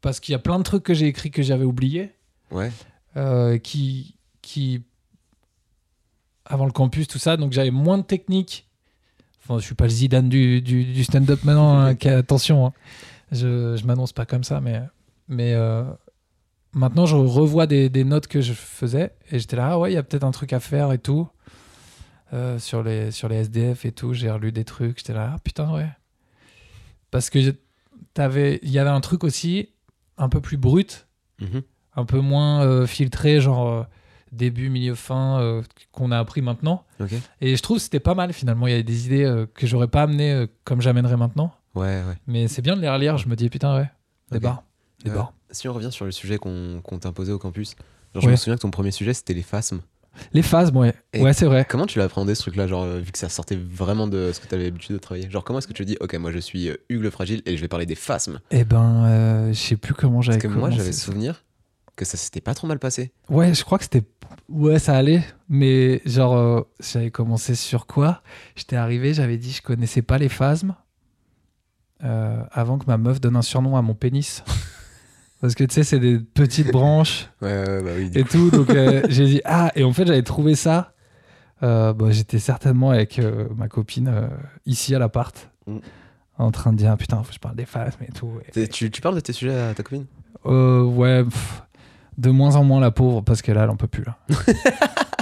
B: parce qu'il y a plein de trucs que j'ai écrits que j'avais oubliés
C: Ouais.
B: euh, qui qui avant le campus tout ça donc j'avais moins de technique enfin je suis pas le Zidane du, du, du stand-up maintenant hein, qui- attention hein. je je m'annonce pas comme ça mais mais euh, maintenant je revois des, des notes que je faisais et j'étais là ah ouais il y a peut-être un truc à faire et tout Euh, sur les sur les SDF et tout j'ai relu des trucs j'étais là ah putain ouais parce que j'ai- t'avais il y avait un truc aussi un peu plus brut
C: Mhm.
B: un peu moins euh, filtré genre euh, début milieu fin euh, qu'on a appris maintenant
C: Ok.
B: et je trouve que c'était pas mal finalement il y avait des idées euh, que j'aurais pas amenées euh, comme j'amènerais maintenant
C: Ouais, ouais.
B: mais c'est bien de les relire je me dis eh, putain ouais des
C: Ok.
B: barres des
C: Euh,
B: barres
C: Si on revient sur le sujet qu'on qu'on t'imposait au campus, genre, je
B: Ouais.
C: me souviens que ton premier sujet c'était les phasmes.
B: les phases bon, ouais
C: Et-
B: ouais c'est vrai
C: Comment tu l'as appréhendé ce truc-là, genre euh, vu que ça sortait vraiment de ce que tu avais l'habitude de travailler Genre comment est-ce que tu dis, ok, moi je suis euh, Hugues le fragile et je vais parler des phasmes
B: et ben euh, je sais plus comment j'avais
C: Parce que moi
B: commencé
C: j'avais
B: ça.
C: souvenir que ça s'était pas trop mal passé.
B: Ouais, je crois que c'était. Ouais, ça allait. Mais genre, euh, j'avais commencé sur quoi J'étais arrivé, j'avais dit je connaissais pas les phasmes euh, avant que ma meuf donne un surnom à mon pénis. Parce que tu sais, c'est des petites branches
C: Ouais, ouais, bah oui.
B: et tout. Donc euh, j'ai dit ah, et en fait, j'avais trouvé ça. Euh, bah, J'étais certainement avec euh, ma copine euh, ici à l'appart.
C: Mm.
B: En train de dire, ah, putain, faut que je parle des phasmes et tout. Et-
C: Tu, tu parles de tes sujets à ta copine
B: euh, ouais, pff, de moins en moins la pauvre, parce que là, elle en peut plus. Là,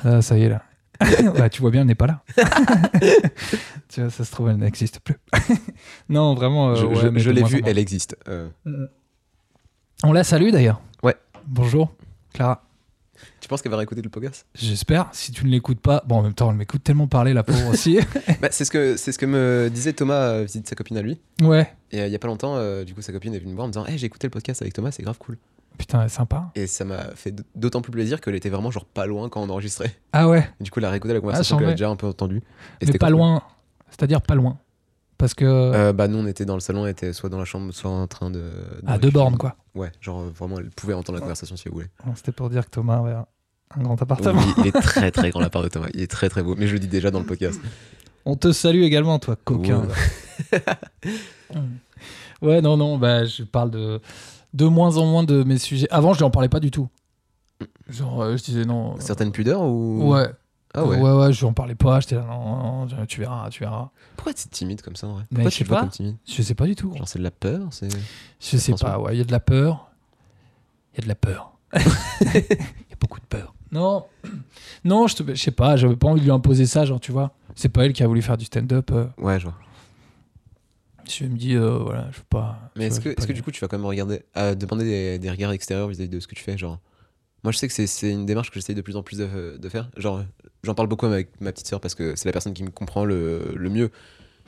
B: Là, ça y est, là. Bah, tu vois bien, elle n'est pas là. tu vois, ça se trouve, elle n'existe plus. non, vraiment. euh,
C: Je,
B: ouais,
C: je-
B: mais
C: je
B: de
C: l'ai
B: moins
C: vu,
B: en moins.
C: elle existe. Euh,
B: On la salue d'ailleurs.
C: Ouais.
B: Bonjour, Clara.
C: tu penses qu'elle va réécouter le podcast
B: J'espère, si tu ne l'écoutes pas. Bon, en même temps, elle m'écoute tellement parler, la pauvre aussi.
C: Bah, c'est ce que c'est ce que me disait Thomas euh, visite sa copine à lui
B: ouais.
C: et euh, il y a pas longtemps euh, du coup sa copine est venue me voir en me disant hey, j'ai écouté le podcast avec Thomas c'est grave cool
B: Putain, elle est sympa.
C: et ça m'a fait d- d'autant plus plaisir qu'elle était vraiment genre pas loin quand on enregistrait
B: Ah ouais,
C: du coup elle a réécouté la conversation
B: Ah,
C: qu'elle a
B: chambé.
C: déjà un peu entendue et
B: mais
C: c'était
B: pas
C: cool.
B: loin. C'est-à-dire pas loin. Parce que.
C: Euh, bah nous on était dans le salon elle était soit dans la chambre soit en train de, de
B: à deux
C: récupérer.
B: bornes, quoi.
C: ouais genre euh, vraiment elle pouvait entendre la conversation si elle voulait
B: Bon, C'était pour dire que Thomas avait un un grand appartement.
C: Oui, il est très très grand la part de Thomas il est très très beau mais je le dis déjà dans le podcast
B: On te salue également, toi, coquin. ouais, non, non, bah, je parle de, de moins en moins de mes sujets. Avant, je n'en parlais pas du tout. Genre, euh, je disais non. euh,
C: certaines pudeurs ou
B: ouais,
C: ah ouais,
B: ouais, ouais, je n'en parlais pas. J'étais là, non, non, non, tu verras, tu verras.
C: pourquoi t'es timide comme ça en vrai
B: Mais
C: pourquoi
B: je
C: tu te
B: sais
C: vois
B: pas.
C: comme timide
B: Je sais pas du tout.
C: genre c'est de la peur c'est
B: Je sais
C: Franchement.
B: pas, ouais, il y a de la peur. Il y a de la peur. Il y a beaucoup de peur. Non, non, je, te, je sais pas, j'avais pas envie de lui imposer ça, genre, tu vois. C'est pas elle qui a voulu faire du stand-up. euh.
C: ouais je vois
B: Je me dis, euh, voilà, je veux pas.
C: Mais
B: tu
C: est-ce
B: vois,
C: que,
B: je veux
C: est ce que
B: pas
C: du coup tu vas quand même regarder, euh, demander des, des regards extérieurs vis-à-vis de ce que tu fais genre Moi je sais que c'est- c'est une démarche que j'essaye de plus en plus de, de faire. Genre j'en parle beaucoup avec ma petite sœur parce que c'est la personne qui me comprend le, le mieux.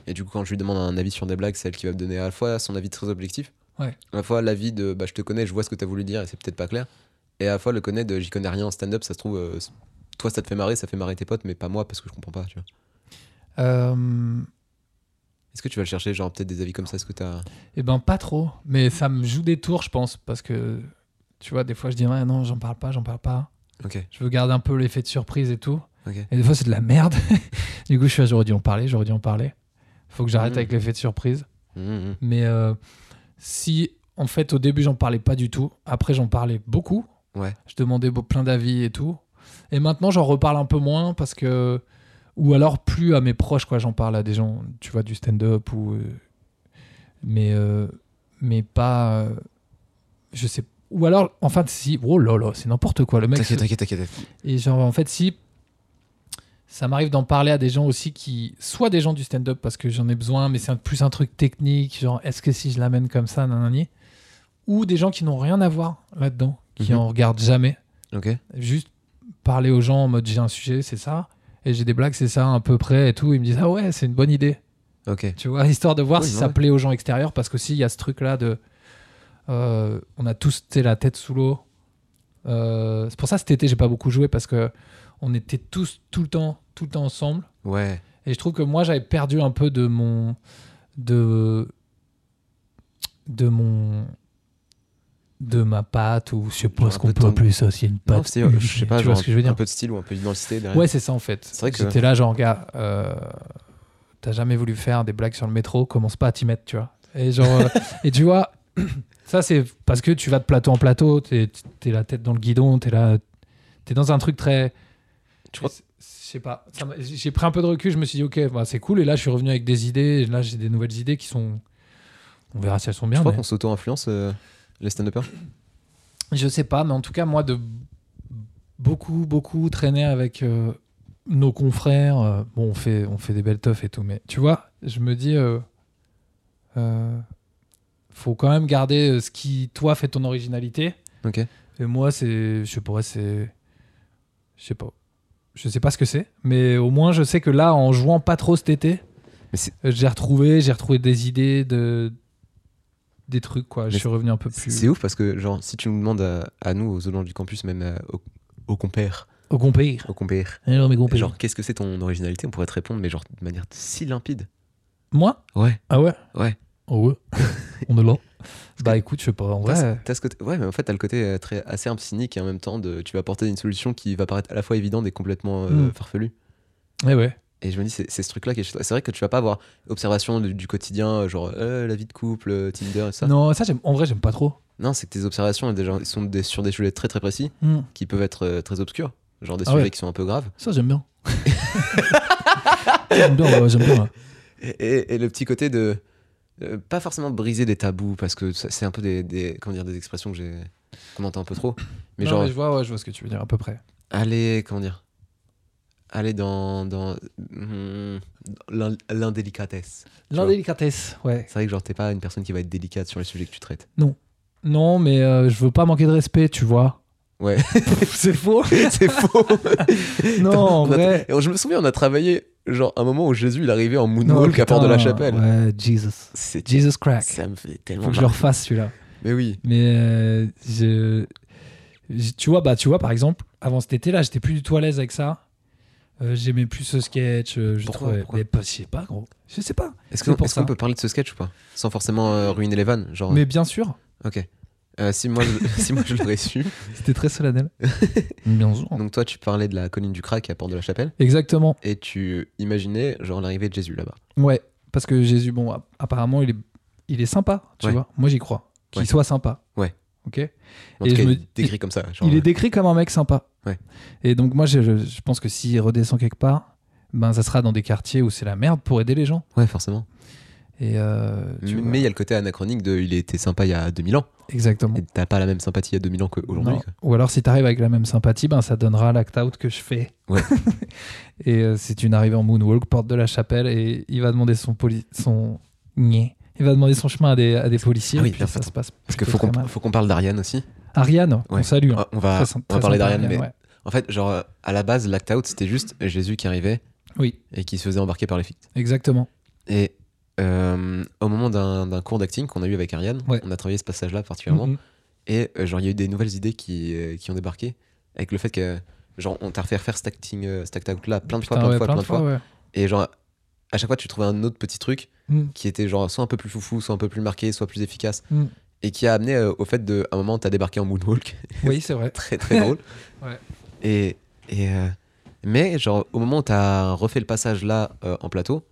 C: Et du coup quand je lui demande un avis sur des blagues, c'est elle qui va me donner à la fois son avis très objectif,
B: Ouais.
C: à la fois l'avis de bah, je te connais, je vois ce que tu as voulu dire et c'est peut-être pas clair, et à la fois le connaît de j'y connais rien en stand-up, ça se trouve, euh, c- toi ça te fait marrer, ça fait marrer tes potes, mais pas moi parce que je comprends pas. tu vois.
B: Euh,
C: Est-ce que tu vas le chercher genre peut-être des avis comme ça Est-ce que t'as...
B: Eh ben pas trop, mais ça me joue des tours, je pense, parce que tu vois, des fois je dis ouais, non, j'en parle pas, j'en parle pas.
C: Ok,
B: Je veux garder un peu l'effet de surprise et tout.
C: ok.
B: Et des fois c'est de la merde. du coup, je suis là, j'aurais dû en parler, j'aurais dû en parler. Faut que j'arrête
C: Mhm.
B: avec l'effet de surprise.
C: Mhm, mhm.
B: Mais euh, si en fait au début j'en parlais pas du tout, après j'en parlais beaucoup.
C: Ouais.
B: Je demandais be- plein d'avis et tout. Et maintenant j'en reparle un peu moins parce que ou alors plus à mes proches quoi, j'en parle à des gens, tu vois du stand-up ou euh, mais euh, mais pas euh, je sais ou alors enfin si oh là là, c'est n'importe quoi le mec.
C: T'inquiète, t'inquiète, t'inquiète.
B: Et genre, en fait, si ça m'arrive d'en parler à des gens aussi qui, soit des gens du stand-up parce que j'en ai besoin, mais c'est un- plus un truc technique, genre est-ce que si je l'amène comme ça, nanani, ou des gens qui n'ont rien à voir là-dedans, qui
C: Mhm.
B: en regardent jamais,
C: Ok.
B: juste parler aux gens en mode j'ai un sujet, c'est ça, et j'ai des blagues, c'est ça, à peu près et tout. Ils me disent, ah ouais, c'est une bonne idée.
C: Ok.
B: Tu vois, histoire de voir
C: Oui,
B: si
C: non,
B: ça
C: ouais.
B: plaît aux gens extérieurs, parce qu'aussi, il y a ce truc-là de. euh, on a tous tu sais, la tête sous l'eau. Euh, c'est pour ça cet été, j'ai pas beaucoup joué, parce que on était tous tout le temps, tout le temps ensemble.
C: Ouais.
B: Et je trouve que moi, j'avais perdu un peu de mon. de. de mon. de ma patte, ou je sais
C: Genre
B: pas
C: un
B: ce
C: peu
B: qu'on
C: de
B: peut
C: ton-
B: appeler ça, s'il y a une
C: Non,
B: patte.
C: c'est, euh, je sais
B: Tu
C: pas,
B: vois
C: genre
B: ce que je veux dire
C: un peu de style ou un peu d'identité derrière.
B: Ouais, c'est ça en fait.
C: C'est vrai que-
B: J'étais là, genre, gars, euh, t'as jamais voulu faire des blagues sur le métro, commence pas à t'y mettre, tu vois. Et, genre, euh, et tu vois, ça c'est parce que tu vas de plateau en plateau, t'es es la tête dans le guidon, t'es là, t'es dans un truc très.
C: Tu crois-
B: Je sais pas. ça m'a- J'ai pris un peu de recul, je me suis dit, ok, bah, c'est cool, et là je suis revenu avec des idées, et là j'ai des nouvelles idées qui sont. On verra si elles sont
C: Je
B: bien.
C: crois
B: mais-
C: qu'on s'auto-influence euh, les stand-uppers.
B: je sais pas, mais en tout cas, moi, de beaucoup, beaucoup traîner avec euh, nos confrères. euh, bon, on fait, on fait des belles teufs et tout, mais tu vois, je me dis, euh, euh, faut quand même garder euh, ce qui, toi, fait ton originalité.
C: Ok.
B: Et moi, c'est, je sais pas, c'est, je sais pas, je sais pas ce que c'est, mais au moins, je sais que là, en jouant pas trop cet été,
C: Mais c'est-
B: euh, j'ai retrouvé, j'ai retrouvé des idées de des trucs quoi. je
C: Mais
B: suis revenu un peu
C: C'est-
B: plus.
C: C'est ouf parce que, genre, si tu nous demandes à, à nous, aux autres du campus, même euh, aux, aux compères,
B: Au compère.
C: aux compères,
B: Alors, mes compères.
C: genre, qu'est-ce que c'est ton originalité On pourrait te répondre, mais genre, de manière si limpide.
B: Moi
C: Ouais.
B: Ah ouais
C: Ouais.
B: Oh ouais. On est là. bah écoute, je sais pas. En
C: T'as ce-
B: vrai,
C: t'as ce côté- ouais, mais en fait, t'as le côté euh, très, assez un peu cynique et en même temps, de, tu vas apporter une solution qui va paraître à la fois évidente et complètement euh,
B: Mm.
C: farfelue.
B: eh ouais.
C: Et je me dis, c'est c'est ce truc-là qui est chez toi. C'est vrai que tu vas pas avoir observation du, du quotidien, euh, genre euh, la vie de couple, euh, Tinder et tout ça. Non,
B: Non, ça, j'aime- en vrai, j'aime pas trop.
C: c'est que tes observations elles, déjà, sont des- sur des sujets très très précis
B: Hmm.
C: qui peuvent être euh, très obscurs, genre des
B: Ah
C: sujets
B: ouais.
C: qui sont un peu graves.
B: Ça, j'aime bien. j'aime bien, ouais, j'aime bien. ouais.
C: Et, et- et le petit côté de. euh, pas forcément briser des tabous, parce que ça- c'est un peu des, des- comment dire, des expressions que j'ai qu'on entend un peu trop. Mais
B: Non,
C: genre,
B: je, vois, ouais, je vois ce que tu veux dire à peu près.
C: aller. Comment dire Aller dans. dans hmm, dans l'in- l'indélicatesse.
B: L'indélicatesse, ouais.
C: C'est vrai que genre, t'es pas une personne qui va être délicate sur les sujets que tu traites.
B: Non, mais euh, je veux pas manquer de respect, tu vois.
C: Ouais.
B: C'est faux.
C: c'est faux.
B: Non, en
C: On a-
B: vrai.
C: Et je me souviens, on a travaillé, genre, un moment où Jésus, il arrivait en
B: Non,
C: moonwalk à Port de la
B: putain,
C: Chapelle.
B: Ouais, Jesus.
C: C'est
B: Jesus crack.
C: Ça me fait tellement
B: Faut que je
C: mal.
B: le refasse celui-là.
C: Mais oui.
B: Mais euh, je, je- tu vois, bah tu vois par exemple, avant cet été-là, j'étais plus du tout à l'aise avec ça. Euh, J'aimais plus ce sketch. euh, je
C: Pourquoi,
B: trouvais,
C: pourquoi
B: mais pas- je sais pas, gros. Je sais pas.
C: Est-ce
B: C'est
C: qu'on
B: pour
C: est-ce qu'on
B: ça.
C: peut parler de ce sketch ou pas Sans forcément euh, ruiner les vannes. Genre,
B: Mais bien sûr,
C: ok. Euh, si moi, je, si moi je l'aurais su.
B: c'était très solennel. bien sûr.
C: Donc toi, tu parlais de la colline du crack à Port de la Chapelle
B: Exactement.
C: et tu imaginais genre l'arrivée de Jésus là-bas.
B: Ouais, parce que Jésus, bon, app- apparemment, il est, il est sympa. Tu
C: Ouais.
B: vois, moi j'y crois. Qu'il
C: Ouais.
B: soit sympa.
C: Ouais.
B: Ok.
C: En
B: Et
C: tout cas,
B: je me-
C: il est décrit comme ça. genre,
B: il est décrit comme un mec sympa.
C: Ouais.
B: Et donc moi, je, je- je pense que s'il redescend quelque part, ben ça sera dans des quartiers où c'est la merde pour aider les gens.
C: Ouais, forcément.
B: Et euh, tu vois.
C: Mais il y a le côté anachronique de il était sympa il y a 2000 ans.
B: Exactement.
C: Et t'as pas la même sympathie il y a 2000 ans qu'aujourd'hui.
B: Non.
C: quoi.
B: Ou alors, si tu arrives avec la même sympathie, ben, ça donnera l'act out que je fais.
C: Ouais.
B: et euh, c'est une arrivée en moonwalk, porte de la chapelle, et il va demander son poli- son Nyeh. Il va demander son chemin à des, à des policiers.
C: Ah oui,
B: et puis
C: attends,
B: ça se passe.
C: Parce qu'il
B: plutôt
C: faut
B: très
C: qu'on
B: mal.
C: faut qu'on parle d'Ariane aussi.
B: Ariane, on
C: Ouais.
B: salue. hein.
C: Ah, On va,
B: Très sympa-
C: on va
B: très
C: parler
B: sympa,
C: d'Ariane, mais
B: ouais.
C: en fait, genre, euh, à la base, l'act out, c'était juste Jésus qui arrivait
B: Oui,
C: et qui se faisait embarquer par les flics.
B: exactement.
C: Et euh, au moment d'un d'un cours d'acting qu'on a eu avec Ariane,
B: Ouais.
C: on a travaillé ce passage-là particulièrement.
B: Mhm.
C: Et euh, genre, il y a eu des nouvelles idées qui, euh, qui ont débarqué avec le fait que, genre, on t'a refait refaire cet acting, euh, cet act out-là plein de fois, plein
B: Putain,
C: de
B: ouais,
C: fois, plein de fois.
B: ouais.
C: Et genre, à chaque fois, tu trouvais un autre petit truc
B: Mm.
C: qui était genre soit un peu plus foufou, soit un peu plus marqué, soit plus efficace.
B: Mm.
C: Et qui a amené euh, au fait de, à un moment, t'as débarqué en moonwalk
B: Oui, c'est vrai.
C: très très drôle.
B: Ouais.
C: Et, et euh, mais genre au moment où t'as refait le passage là euh, en plateau,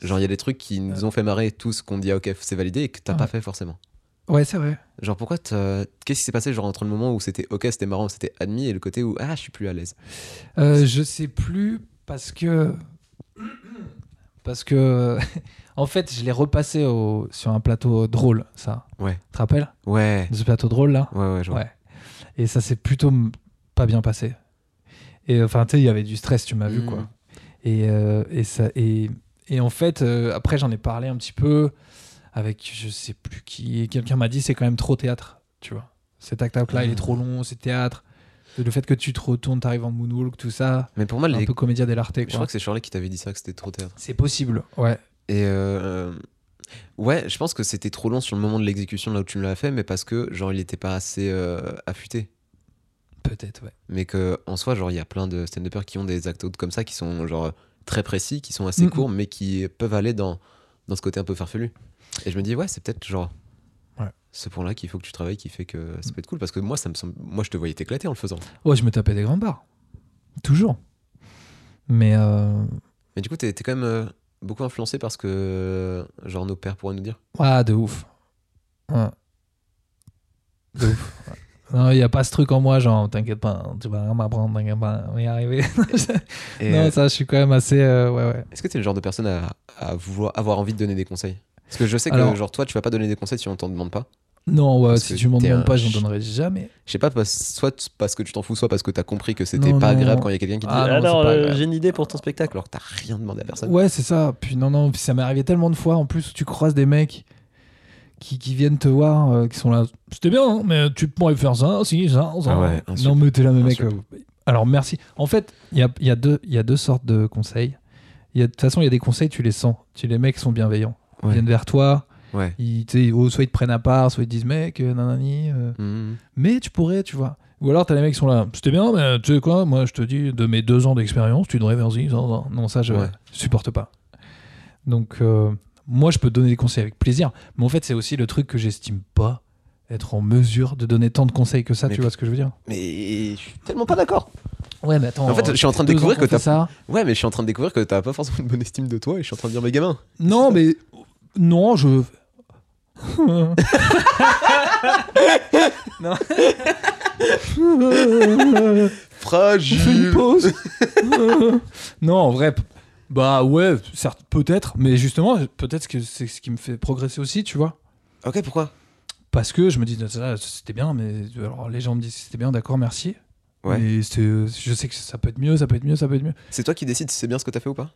C: genre il y a des trucs qui nous ont fait marrer tous qu'on dit ah, ok c'est validé et que t'as
B: Euh. Ouais.
C: pas fait forcément.
B: Ouais, c'est vrai.
C: Genre pourquoi t'as- qu'est-ce qui s'est passé genre entre le moment où c'était ok c'était marrant c'était admis et le côté où ah je suis plus à l'aise.
B: Euh, je sais plus parce que parce que en fait je l'ai repassé au- sur un plateau drôle ça.
C: Ouais.
B: Tu te rappelles
C: Ouais
B: de ce plateau drôle là
C: ouais ouais je vois.
B: Ouais. Et ça s'est plutôt m- pas bien passé. Et euh, enfin tu sais il y avait du stress tu m'as vu
C: Mhm.
B: quoi. Et euh, et ça et et en fait euh, après j'en ai parlé un petit peu avec je sais plus qui quelqu'un m'a dit c'est quand même trop théâtre tu vois cet acte là il est trop long c'est théâtre Le fait que tu te retournes, t'arrives en moonwalk, tout ça.
C: Mais pour moi,
B: Un
C: les...
B: peu comédia dell'arte,
C: je crois
B: quoi.
C: que c'est Shirley qui t'avait dit ça, que c'était trop théâtre.
B: C'est possible, ouais.
C: Et euh, ouais, je pense que c'était trop long sur le moment de l'exécution là où tu me l'as fait, mais parce que genre il était pas assez euh, affûté.
B: Peut-être, ouais.
C: Mais que en soi, genre il y a plein de stand-uppers qui ont des actes comme ça qui sont genre très précis, qui sont assez
B: Mhm.
C: courts, mais qui peuvent aller dans, dans ce côté un peu farfelu. Et je me dis ouais, c'est peut-être genre
B: Ouais. Mm.
C: ce point-là qu'il faut que tu travailles, qui fait que ça peut être cool. Parce que moi, ça me semble, moi je te voyais t'éclater en le faisant.
B: Ouais, Oh, je me tapais des grands bars. Toujours. Mais euh,
C: Mais du coup, t'es t'es quand même euh, beaucoup influencé par ce que euh, genre nos pères pourraient nous dire.
B: Ah, de ouf. Ouais. De ouf. ouais. Non, il n'y a pas ce truc en moi, genre, t'inquiète pas, hein, tu vas rien m'apprendre, t'inquiète pas, on va y arriver.
C: Et,
B: non,
C: euh,
B: ça, je suis quand même assez. euh, ouais, ouais.
C: Est-ce que t'es le genre de personne à, à vouloir avoir envie de donner des conseils Parce que je sais que
B: Alors-
C: genre toi tu vas pas donner des conseils si on t'en demande pas.
B: Non, ouais,
C: Parce
B: si
C: que
B: tu m'en
C: t'es
B: demandes
C: un
B: pas, j'en
C: ch-
B: donnerai jamais.
C: Je sais pas parce- soit parce que tu t'en fous soit parce que t'as compris que c'était
B: Non,
C: pas
B: non.
C: agréable quand il y a quelqu'un qui te dit
B: Ah non,
C: alors
B: c'est pas
C: euh,
B: agréable.
C: j'ai une idée pour ton spectacle alors que t'as rien demandé à personne.
B: Ouais, c'est ça. Puis non, non, puis ça m'est arrivé tellement de fois en plus où tu croises des mecs qui, qui viennent te voir, euh, qui sont là. C'était bien, hein, mais tu pourrais faire ça, si, ça, ça.
C: Ah ouais, insulte.
B: non, mais t'es là, mais mec.
C: Insulte.
B: euh, Alors merci. En fait, il y a, il y, a deux- il y a deux sortes de conseils. Il y a- De toute façon, il y a des conseils, tu les sens. Tu, les mecs sont bienveillants. Ils
C: Ouais.
B: viennent vers toi.
C: Ouais.
B: Ils, tu sais, oh, soit ils te prennent à part, soit ils te disent, mec, euh, nanani. euh,
C: Mhm.
B: mais tu pourrais, tu vois. Ou alors, t'as les mecs qui sont là, c'était bien, mais tu sais quoi, moi je te dis, de mes deux ans d'expérience, tu devrais faire ci, ça, ça. Non, ça, je
C: Ouais.
B: supporte pas. Donc, euh, moi, je peux te donner des conseils avec plaisir, mais en fait, c'est aussi le truc que j'estime pas être en mesure de donner tant de conseils que ça,
C: Mais
B: tu vois ce que je veux dire
C: Mais je suis tellement pas d'accord.
B: Ouais, mais attends. euh,
C: En fait, je suis en train de
B: deux
C: découvrir
B: ans qu'on
C: que
B: fait
C: t'as-
B: ça.
C: Ouais mais je suis en train de découvrir que t'as pas forcément une bonne estime de toi et je suis en train de dire mes gamins.
B: Non, mais. Non, je. non. On fait une
C: Fragile.
B: pause. non, en vrai, p- bah ouais, certes, peut-être, mais justement, peut-être que c'est ce qui me fait progresser aussi, tu vois.
C: ok pourquoi
B: Parce que je me dis, ça, ça, c'était bien, mais alors les gens me disent, c'était bien, d'accord, merci.
C: Ouais.
B: Mais c'est- je sais que ça peut être mieux, ça peut être mieux, ça peut être mieux.
C: C'est toi qui décides si c'est bien ce que t'as fait ou pas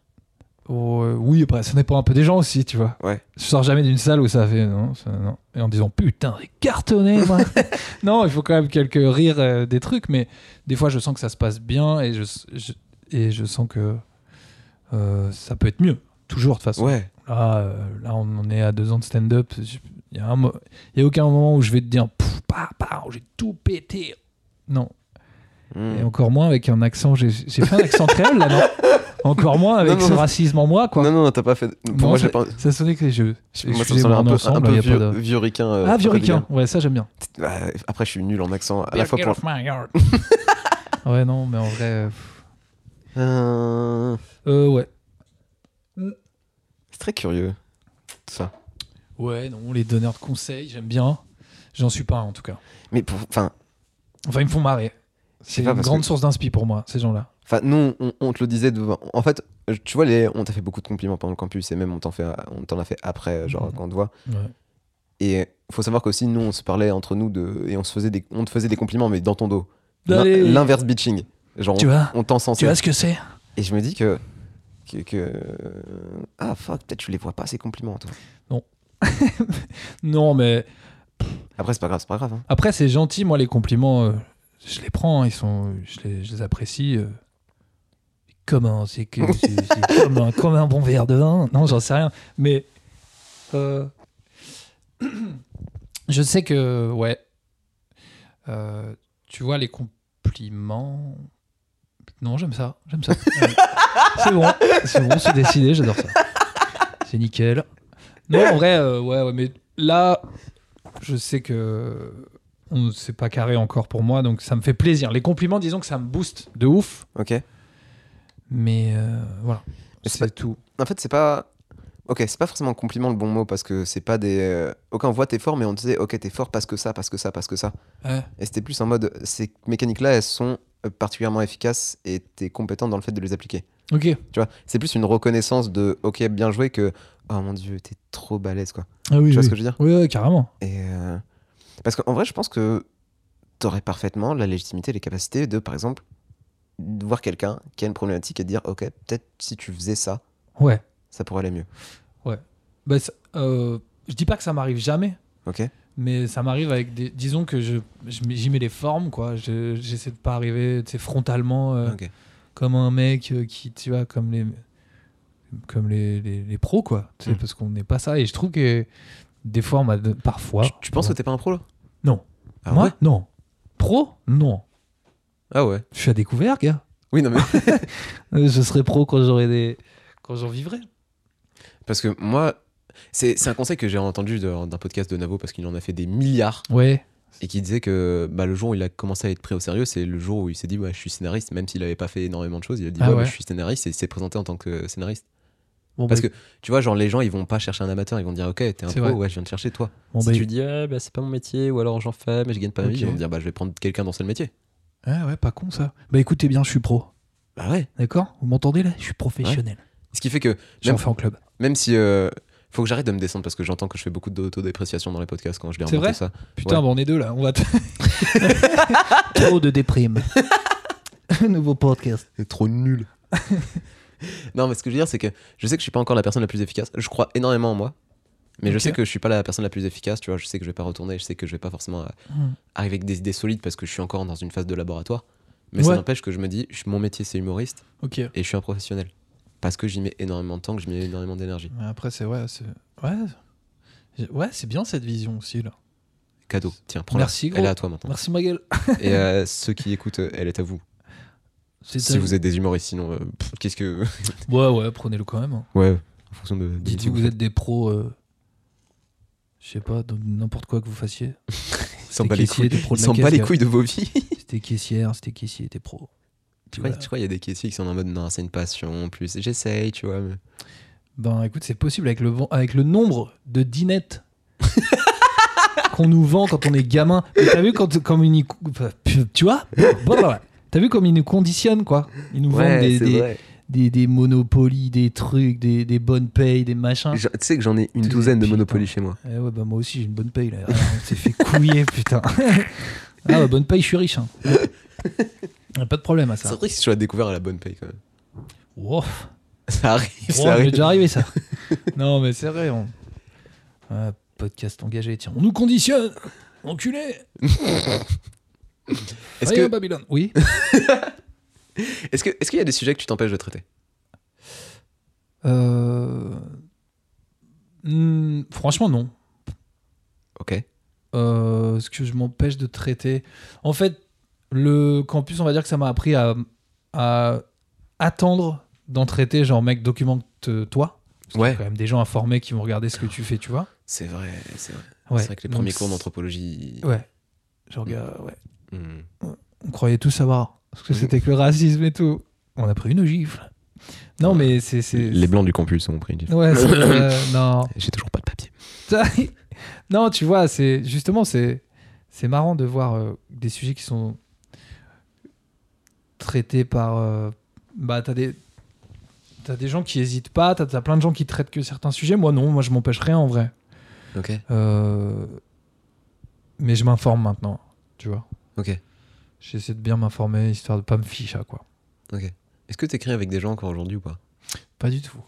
B: Oh, euh, oui, après, ça dépend un peu des gens aussi, tu vois.
C: Ouais.
B: Je sors jamais d'une salle où ça fait, non, ça- non. Et en disant, putain, j'ai cartonné, moi. non, il faut quand même quelques rires euh, des trucs, mais des fois, je sens que ça se passe bien et je, je- et je sens que euh, ça peut être mieux. Toujours, de toute façon.
C: Ouais.
B: Là, euh, là, on en est à deux ans de stand-up. Je- Il n'y a, un mo- il y a aucun moment où je vais te dire, Pouf, pa, pa, j'ai tout pété. Non.
C: Mhm.
B: Et encore moins avec un accent. J'ai j'ai fait un accent créole, là, non Encore moins avec
C: Non, non,
B: ce
C: non.
B: racisme en moi, quoi.
C: Non non t'as pas fait. Pour
B: Non,
C: moi j'ai pas.
B: Ça sonnait que les jeux.
C: Moi ça me semble un peu, un peu vieux, vieux ricain. euh,
B: Ah, vieux
C: un peu dégueu.
B: ricain. Ouais, ça j'aime bien.
C: Bah, après, je suis nul en accent. À la fois pour.
B: ouais, non, mais en vrai. euh,
C: Euh,
B: Euh, ouais.
C: c'est très curieux. tout Ça.
B: Ouais, non, les donneurs de conseils, j'aime bien. J'en suis pas un, en tout cas.
C: Mais pour- enfin,
B: Enfin, ils me font marrer. C'est
C: pas
B: une
C: parce
B: grande
C: que-
B: source d'inspi pour moi, ces gens-là.
C: enfin, nous, on, on te le disait. devant- En fait, euh, tu vois, les, on t'a fait beaucoup de compliments pendant le campus et même on t'en fait, on t'en a fait après, euh, genre
B: Mhm.
C: quand on te voit.
B: Ouais.
C: Et faut savoir qu'aussi, nous, on se parlait entre nous de, et on se faisait des, on te faisait des compliments, mais dans ton dos. L'in-
B: Allez.
C: L'inverse bitching. Genre,
B: Tu
C: on,
B: vois
C: on
B: Tu
C: t'encensait.
B: vois ce que c'est
C: Et je me dis que. que, que- Ah, fuck, peut-être tu les vois pas, ces compliments, toi.
B: Non, mais
C: Après, c'est pas grave, c'est pas grave. hein.
B: après, c'est gentil. Moi, les compliments, euh, je les prends. hein, Ils sont, je les, je les apprécie. euh. Comment C'est que c'est- c'est comme, un, comme un bon verre de vin. Non, j'en sais rien. Mais euh, je sais que ouais. Euh, tu vois les compliments. Non, j'aime ça. J'aime ça. Ouais. c'est bon. C'est bon. C'est décidé. J'adore ça. C'est nickel. Non, en vrai, euh, ouais, ouais, mais là, je sais que on c'est pas carré encore pour moi, donc ça me fait plaisir. Les compliments, disons que ça me booste de ouf,
C: Ok.
B: mais euh, voilà,
C: Mais
B: c'est
C: c'est pas-
B: tout.
C: En fait, c'est pas. Ok, c'est pas forcément compliment le bon mot parce que c'est pas des. euh, Ok, on voit t'es fort, mais on disait ok, t'es fort parce que ça, parce que ça, parce que ça.
B: Ouais.
C: Et c'était plus en mode ces mécaniques-là, elles sont euh, particulièrement efficaces et t'es compétent dans le fait de les appliquer.
B: Ok.
C: Tu vois, c'est plus une reconnaissance de ok, bien joué que oh mon dieu, t'es trop balèze quoi.
B: Ah oui,
C: Tu vois
B: oui.
C: ce que je veux dire
B: Oui, oui, carrément.
C: Et. euh, Parce qu'en vrai, je pense que t'aurais parfaitement la légitimité, les capacités de, par exemple, de voir quelqu'un qui a une problématique et de dire ok, peut-être si tu faisais ça,
B: Ouais.
C: ça pourrait aller mieux.
B: Bah, ça- euh, je dis pas que ça m'arrive jamais,
C: Ok
B: Mais ça m'arrive avec des. Disons que je, je mets- j'y mets les formes, quoi. Je- J'essaie de pas arriver tu sais, frontalement euh,
C: Ok.
B: comme un mec euh, qui, tu vois, comme les. Comme les, les, les pros, quoi. Tu sais,
A: Mm.
B: Parce qu'on n'est pas ça. Et je trouve que des fois, on m'a don- parfois.
C: Tu, tu penses que t'es pas un pro là
B: Non.
C: Ah
B: Moi
C: ouais
B: Non. Pro Non.
C: Ah ouais.
B: Je suis à découvert, gars.
C: Oui, non, mais.
B: Euh, Je serai pro quand j'aurai des. Quand j'en vivrai.
C: parce que moi, c'est c'est un conseil que j'ai entendu de- d'un podcast de Navo parce qu'il en a fait des milliards
B: Ouais.
C: et qui disait que bah, le jour où il a commencé à être pris au sérieux, c'est le jour où il s'est dit ouais, je suis scénariste, même s'il avait pas fait énormément de choses. Il a dit
B: Ah
C: ouais, bah,
B: ouais.
C: je suis scénariste et il s'est présenté en tant que scénariste.
B: Bon,
C: Parce
B: bah,
C: que tu vois, genre les gens ils vont pas chercher un amateur, ils vont dire ok, t'es un
B: C'est
C: pro,
B: vrai.
C: ouais, je viens de chercher toi.
B: bon,
C: si
B: bah,
C: tu dis ah, bah, c'est pas mon métier ou alors j'en fais mais je gagne pas ma vie,
B: Ok.
C: ils vont dire bah, je vais prendre quelqu'un dans ce métier.
B: Ah ouais, pas con ça. Bah écoutez bien, je suis pro.
C: Bah ouais.
B: D'accord Vous m'entendez là Je suis professionnel.
C: Ce qui fait que
B: J'en
C: Même-
B: fais en club.
C: Même si. euh, faut que j'arrête de me descendre parce que j'entends que je fais beaucoup d'autodépréciation dans les podcasts quand je les
B: C'est vrai
C: remonte ça.
B: Putain,
C: Ouais.
B: bon, on est deux là. On va trop de déprime. Nouveau podcast.
C: C'est trop nul. non, mais ce que je veux dire, c'est que je sais que je suis pas encore la personne la plus efficace. Je crois énormément en moi. Mais je
B: Ok.
C: sais que je suis pas la personne la plus efficace, tu vois. Je sais que je vais pas retourner, je sais que je vais pas forcément euh,
B: Hmm.
C: arriver avec des idées solides parce que je suis encore dans une phase de laboratoire. Mais
B: Ouais.
C: ça n'empêche que je me dis, je- mon métier c'est humoriste
B: Ok.
C: et je suis un professionnel. Parce que j'y mets énormément de temps, que j'y mets énormément d'énergie.
B: Mais Après, c'est ouais, c'est ouais, J'ai- ouais, c'est bien cette vision aussi là.
C: Cadeau, tiens, prends-la.
B: Merci, gros.
C: Elle est à toi maintenant.
B: Merci ma gueule.
C: Et euh, ceux qui écoutent, euh, elle est à vous.
B: C'est
C: Si
B: à
C: vous êtes des humoristes, sinon, euh, pff, qu'est-ce que.
B: Ouais, ouais, prenez-le quand même. hein.
C: Ouais, en fonction de.
B: Dites-vous que vous êtes des pros. euh, Je sais pas, dans n'importe quoi que vous fassiez.
C: Ils s'en bat les
B: caissier,
C: couilles.
B: des pros de
C: Ils
B: la
C: s'en bat
B: caisse,
C: les
B: gars.
C: couilles de vos vies.
B: C'était caissière, c'était caissier, t'es pro.
C: Tu
B: Voilà.
C: crois, tu crois, il y a des caissiers qui sont en mode non, c'est une passion, en plus j'essaye, tu vois. mais-
B: Ben écoute, c'est possible avec le, vent- avec le nombre de dinettes qu'on nous vend quand on est gamin. Mais T'as vu quand, comme ils nous- enfin, pu- tu vois Blablabla. T'as vu comme ils nous conditionnent quoi Ils nous vendent des,
C: c'est
B: des,
C: vrai.
B: des- des monopolies, des trucs, des, des bonnes payes, des machins.
C: Je- Tu sais que j'en ai une
B: Tous les
C: douzaine de
B: putains.
C: Monopoly chez moi.
B: Eh ouais, bah moi aussi j'ai une bonne paye là. Ah, on s'est fait couiller putain. Ah bah, bonne paye, je suis riche. hein. Ah, Pas de problème à
C: C'est
B: ça.
C: vrai que je la découvert à la bonne paye quand même.
B: Wow.
C: Ça arrive,
B: Oh,
C: ça
B: m'est
C: arrive.
B: déjà arrivé ça. non, mais c'est vrai. On... Ouais, podcast engagé, tiens. On nous conditionne Enculé
C: Est-ce
B: Allez,
C: que-
B: à Babylone Oui.
C: Est-ce que- est-ce qu'il y a des sujets que tu t'empêches de traiter
B: Euh, hmm, franchement, non.
C: Ok.
B: Euh, ce que je m'empêche de traiter. En fait, le campus, on va dire que ça m'a appris à, à attendre d'en traiter, genre, mec, documente-toi. Parce qu'il y a
C: Ouais.
B: quand même des gens informés qui vont regarder ce que tu fais, tu vois.
C: C'est vrai, c'est vrai.
B: Ouais.
C: C'est vrai que les
B: Donc,
C: premiers cours d'anthropologie.
B: Ouais. Genre, gars, ouais.
C: Hmm.
B: on croyait tout savoir ce que c'était que le racisme et tout. On a pris une gifle. Non, mais c'est. c'est-
C: Les blancs du campus ont pris. une-
B: Ouais, c'est- euh, non.
C: J'ai toujours pas de papier.
B: non, tu vois, c'est justement, c'est c'est marrant de voir euh, des sujets qui sont traités par. euh, bah, t'as des. T'as des gens qui hésitent pas, t'as as plein de gens qui traitent que certains sujets. Moi, non, moi, je m'empêche rien en vrai.
C: Ok.
B: Euh, mais je m'informe maintenant, tu vois.
C: Ok.
B: J'essaie de bien m'informer, histoire de pas me ficher, quoi.
C: Est-ce que t'écris avec des gens encore aujourd'hui ou pas
B: Pas du tout.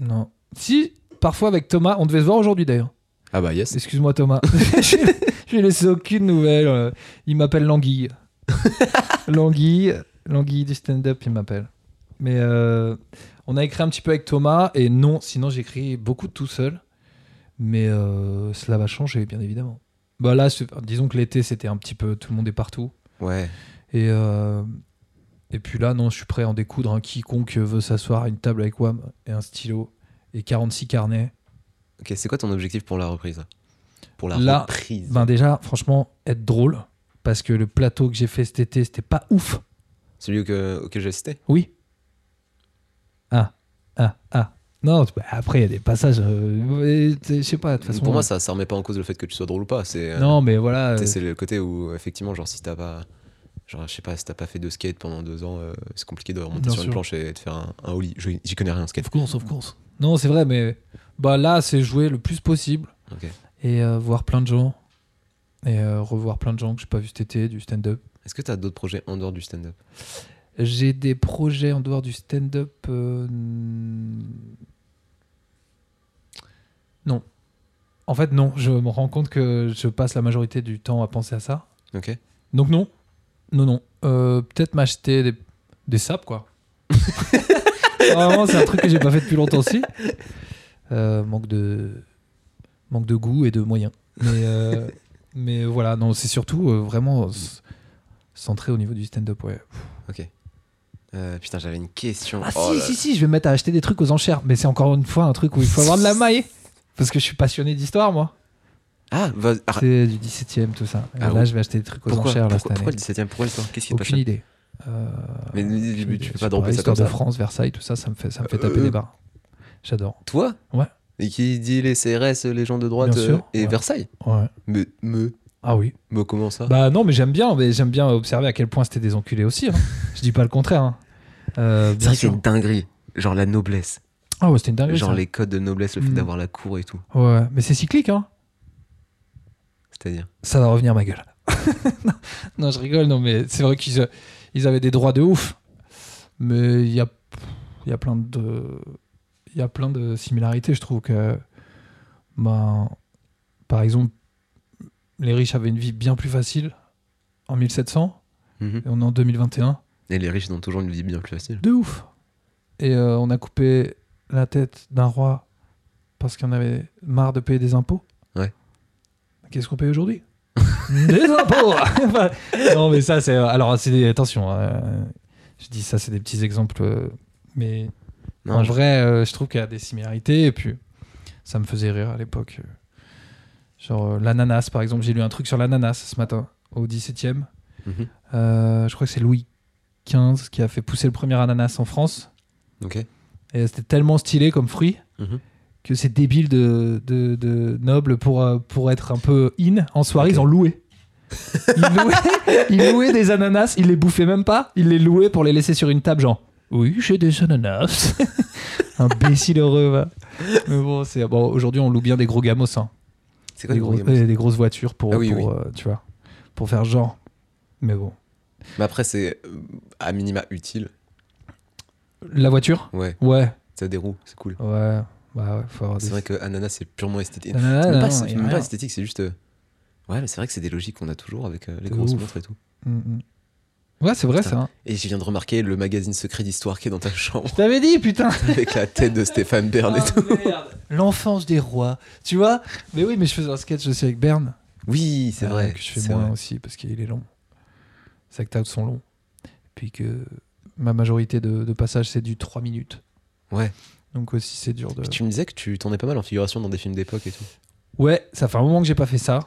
B: Non. Si, parfois avec Thomas, on devait se voir aujourd'hui d'ailleurs.
C: Ah bah yes.
B: Excuse-moi Thomas. je lui ai laissé aucune nouvelle. euh, Il m'appelle Languille. Languille, Languille du stand-up, il m'appelle. Mais euh, on a écrit un petit peu avec Thomas et non, sinon j'écris beaucoup tout seul. Mais euh, cela va changer, bien évidemment. Bah là, c'est- disons que l'été, c'était un petit peu tout le monde est partout.
C: Ouais.
B: Et, euh, et puis là, non, je suis prêt à en découdre. hein. Quiconque veut s'asseoir à une table avec WAM et un stylo et 46 carnets.
C: Ok, c'est quoi ton objectif pour la reprise Pour la
B: La-
C: reprise.
B: Ben déjà, franchement, être drôle. Parce que le plateau que j'ai fait cet été, c'était pas ouf.
C: Celui que, auquel j'ai cité
B: Oui. Ah, ah, ah. Non, bah, après, il y a des passages. euh, et c'est- je sais pas, de toute façon. euh,
C: Pour moi, ça, ça remet pas en cause le fait que tu sois drôle ou pas. C'est euh,
B: Non, mais voilà.
C: tu sais,
B: euh,
C: c'est le côté où, effectivement, genre, si t'as pas. Genre, je sais pas, si t'as pas fait de skate pendant deux ans, euh, c'est compliqué de remonter
B: Bien
C: sur
B: sûr.
C: une planche et de faire un, un ollie. Je- J'y connais rien en skate.
B: course, of course. Non, c'est vrai, mais bah là, c'est jouer le plus possible
C: Ok.
B: et euh, voir plein de gens et euh, revoir plein de gens que j'ai pas vu cet été, du stand-up.
C: Est-ce que t'as d'autres projets en dehors du stand-up
B: J'ai des projets en dehors du stand-up. euh, Non. En fait, non, je me rends compte que je passe la majorité du temps à penser à ça.
C: Ok.
B: Donc non, non, non. Euh, Peut-être m'acheter des, des sapes, quoi. Vraiment, c'est un truc que j'ai pas fait depuis longtemps aussi. Euh, manque de manque de goût et de moyens. Mais, euh, mais voilà, non, c'est surtout euh, vraiment s- centré au niveau du stand-up, ouais.
C: Euh, putain, j'avais une question.
B: Ah
C: Oh
B: si,
C: là
B: si, si, je vais me mettre à acheter des trucs aux enchères. Mais c'est encore une fois un truc où il faut avoir de la maille. Parce que je suis passionné d'histoire, moi.
C: Ah, vas- ah,
B: C'est du 17ème, tout ça. Et
C: Ah
B: là,
C: oui.
B: je vais acheter des trucs aux
C: pourquoi,
B: enchères là,
C: pourquoi,
B: cette
C: pourquoi
B: année.
C: le 17 e Pourquoi l'histoire Qu'est-ce qui est
B: Aucune
C: passionné
B: idée. Euh,
C: Mais
B: aucune
C: tu- tu
B: idée.
C: peux
B: Je sais
C: pas dropper ça
B: Histoire
C: comme ça.
B: de France, Versailles, tout ça, ça me fait, ça me fait
C: Euh,
B: taper
C: euh,
B: des barres. J'adore.
C: Toi
B: Ouais.
C: Et qui dit les CRS, les gens de droite
B: Bien sûr,
C: euh, et
B: ouais.
C: Versailles
B: Ouais.
C: Mais, mais,
B: Ah oui.
C: mais comment ça
B: Bah non, mais j'aime bien. Mais j'aime bien observer à quel point c'était des enculés aussi. hein. je dis pas le contraire. hein. Euh,
C: C'est
B: bien
C: vrai que c'est
B: sûr.
C: une dinguerie. Genre la noblesse.
B: Ah ouais, c'était une dinguerie.
C: Genre
B: ça.
C: les codes de noblesse, le fait
B: Mm.
C: d'avoir la cour et tout.
B: Ouais, mais c'est cyclique, hein.
C: C'est-à-dire.
B: ça va revenir ma gueule. Non, non, je rigole, non, mais c'est vrai qu'ils euh, ils avaient des droits de ouf. Mais il y a, il y a plein de. Il y a plein de similarités, je trouve que. Ben, par exemple, les riches avaient une vie bien plus facile en 1700
C: Mhm.
B: et on est en 2021.
C: Et les riches, ils ont toujours une vie bien plus facile.
B: De ouf. Et euh, on a coupé la tête d'un roi parce qu'on avait marre de payer des impôts.
C: Ouais.
B: Qu'est-ce qu'on paye aujourd'hui Des impôts Enfin, Non, mais ça, c'est. euh, Alors, c'est des- attention, euh, je dis ça, c'est des petits exemples. euh, Mais
C: Non,
B: en
C: je-
B: vrai, euh, je trouve qu'il y a des similarités. Et puis, ça me faisait rire à l'époque. euh, Genre, euh, l'ananas, par exemple. J'ai lu un truc sur l'ananas ce matin, au 17 e
C: Mhm.
B: euh, je crois que c'est Louis XV qui a fait pousser le premier ananas en France.
C: Ok.
B: Et c'était tellement stylé comme fruit
C: Mhm.
B: que c'est débile de, de, de nobles pour, euh, pour être un peu in. En soirée,
C: Ok.
B: ils en louaient. Ils louaient, ils louaient des ananas, ils les bouffaient même pas, ils les louaient pour les laisser sur une table, genre Oui, j'ai des ananas. Imbécile heureux, va. Mais bon, c'est bon, aujourd'hui, on loue bien des gros gamos, hein.
C: C'est quoi
B: des,
C: les
B: gros-
C: gros gamins
B: euh, des grosses voitures pour,
C: Ah oui,
B: pour,
C: oui.
B: euh, tu vois, pour faire genre. Mais bon,
C: Mais après, c'est euh, à minima utile.
B: la voiture,
C: Ouais,
B: ouais,
C: ça déroule, c'est cool.
B: Ouais, bah ouais, faut avoir des...
C: C'est vrai que ananas, c'est purement esthétique.
B: Non, non,
C: C'est
B: non,
C: même pas,
B: non,
C: c'est
B: y a
C: même pas
B: rien.
C: esthétique, c'est juste. euh, Ouais, mais c'est vrai que c'est des logiques qu'on a toujours avec euh, les
B: De
C: grosses
B: ouf.
C: montres et tout.
B: Mm, mm. Ouais, c'est vrai
C: Putain.
B: ça. hein.
C: Et je viens de remarquer le magazine secret d'histoire qui est dans ta chambre
B: Je t'avais dit, putain
C: avec la tête de Stéphane Bern et
B: Ah.
C: tout.
B: L'enfance des rois, tu vois Mais oui, mais je faisais un sketch aussi avec Bern.
C: Oui, c'est
B: euh,
C: vrai.
B: Que je fais
C: c'est
B: moins
C: vrai.
B: aussi, parce qu'il est long. Ses act-outs sont longs. Puis que ma majorité de, de passages, c'est du 3 minutes.
C: Ouais.
B: Donc aussi, c'est dur de...
C: Puis tu me disais que tu tournais pas mal en figuration dans des films d'époque et tout.
B: Ouais, ça fait un moment que j'ai pas fait ça.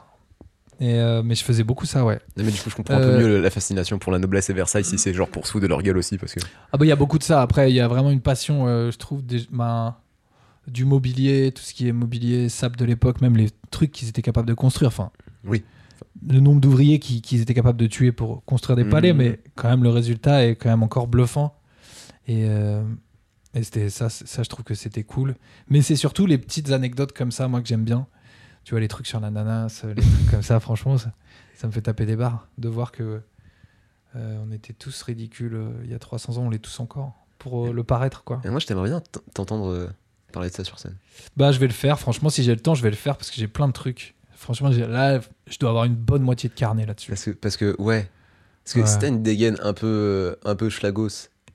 B: Et euh, mais je faisais beaucoup ça, ouais.
C: Non, mais du coup, je comprends un
B: Euh,
C: peu mieux la fascination pour la noblesse et Versailles si c'est genre pour sous de leur gueule aussi. Parce que.
B: Ah bah il y a beaucoup de ça. Après, il y a vraiment une passion, euh, je trouve, des, ben, du mobilier, tout ce qui est mobilier, sable de l'époque, même les trucs qu'ils étaient capables de construire. Enfin,
C: Oui.
B: Le nombre d'ouvriers qui- qu'ils étaient capables de tuer pour construire des palais,
C: Mhm.
B: mais quand même le résultat est quand même encore bluffant. Et, euh, et c'était ça, c'est- ça, je trouve que c'était cool. Mais c'est surtout les petites anecdotes comme ça, moi, que j'aime bien. Tu vois, les trucs sur l'ananas, les trucs comme ça, franchement, ça, ça me fait taper des barres de voir que euh, on était tous ridicules euh, il y a 300 ans, on l'est tous encore, pour euh, le paraître, quoi.
C: Et moi, je t'aimerais bien t- t'entendre euh, parler de ça sur scène.
B: Bah, je vais le faire, franchement, si j'ai le temps, je vais le faire parce que j'ai plein de trucs. Franchement, j'ai- là, je dois avoir une bonne moitié de carnet là-dessus.
C: Parce que, parce que ouais. Parce que
B: Ouais.
C: si t'as une dégaine un peu, euh, un peu schlagos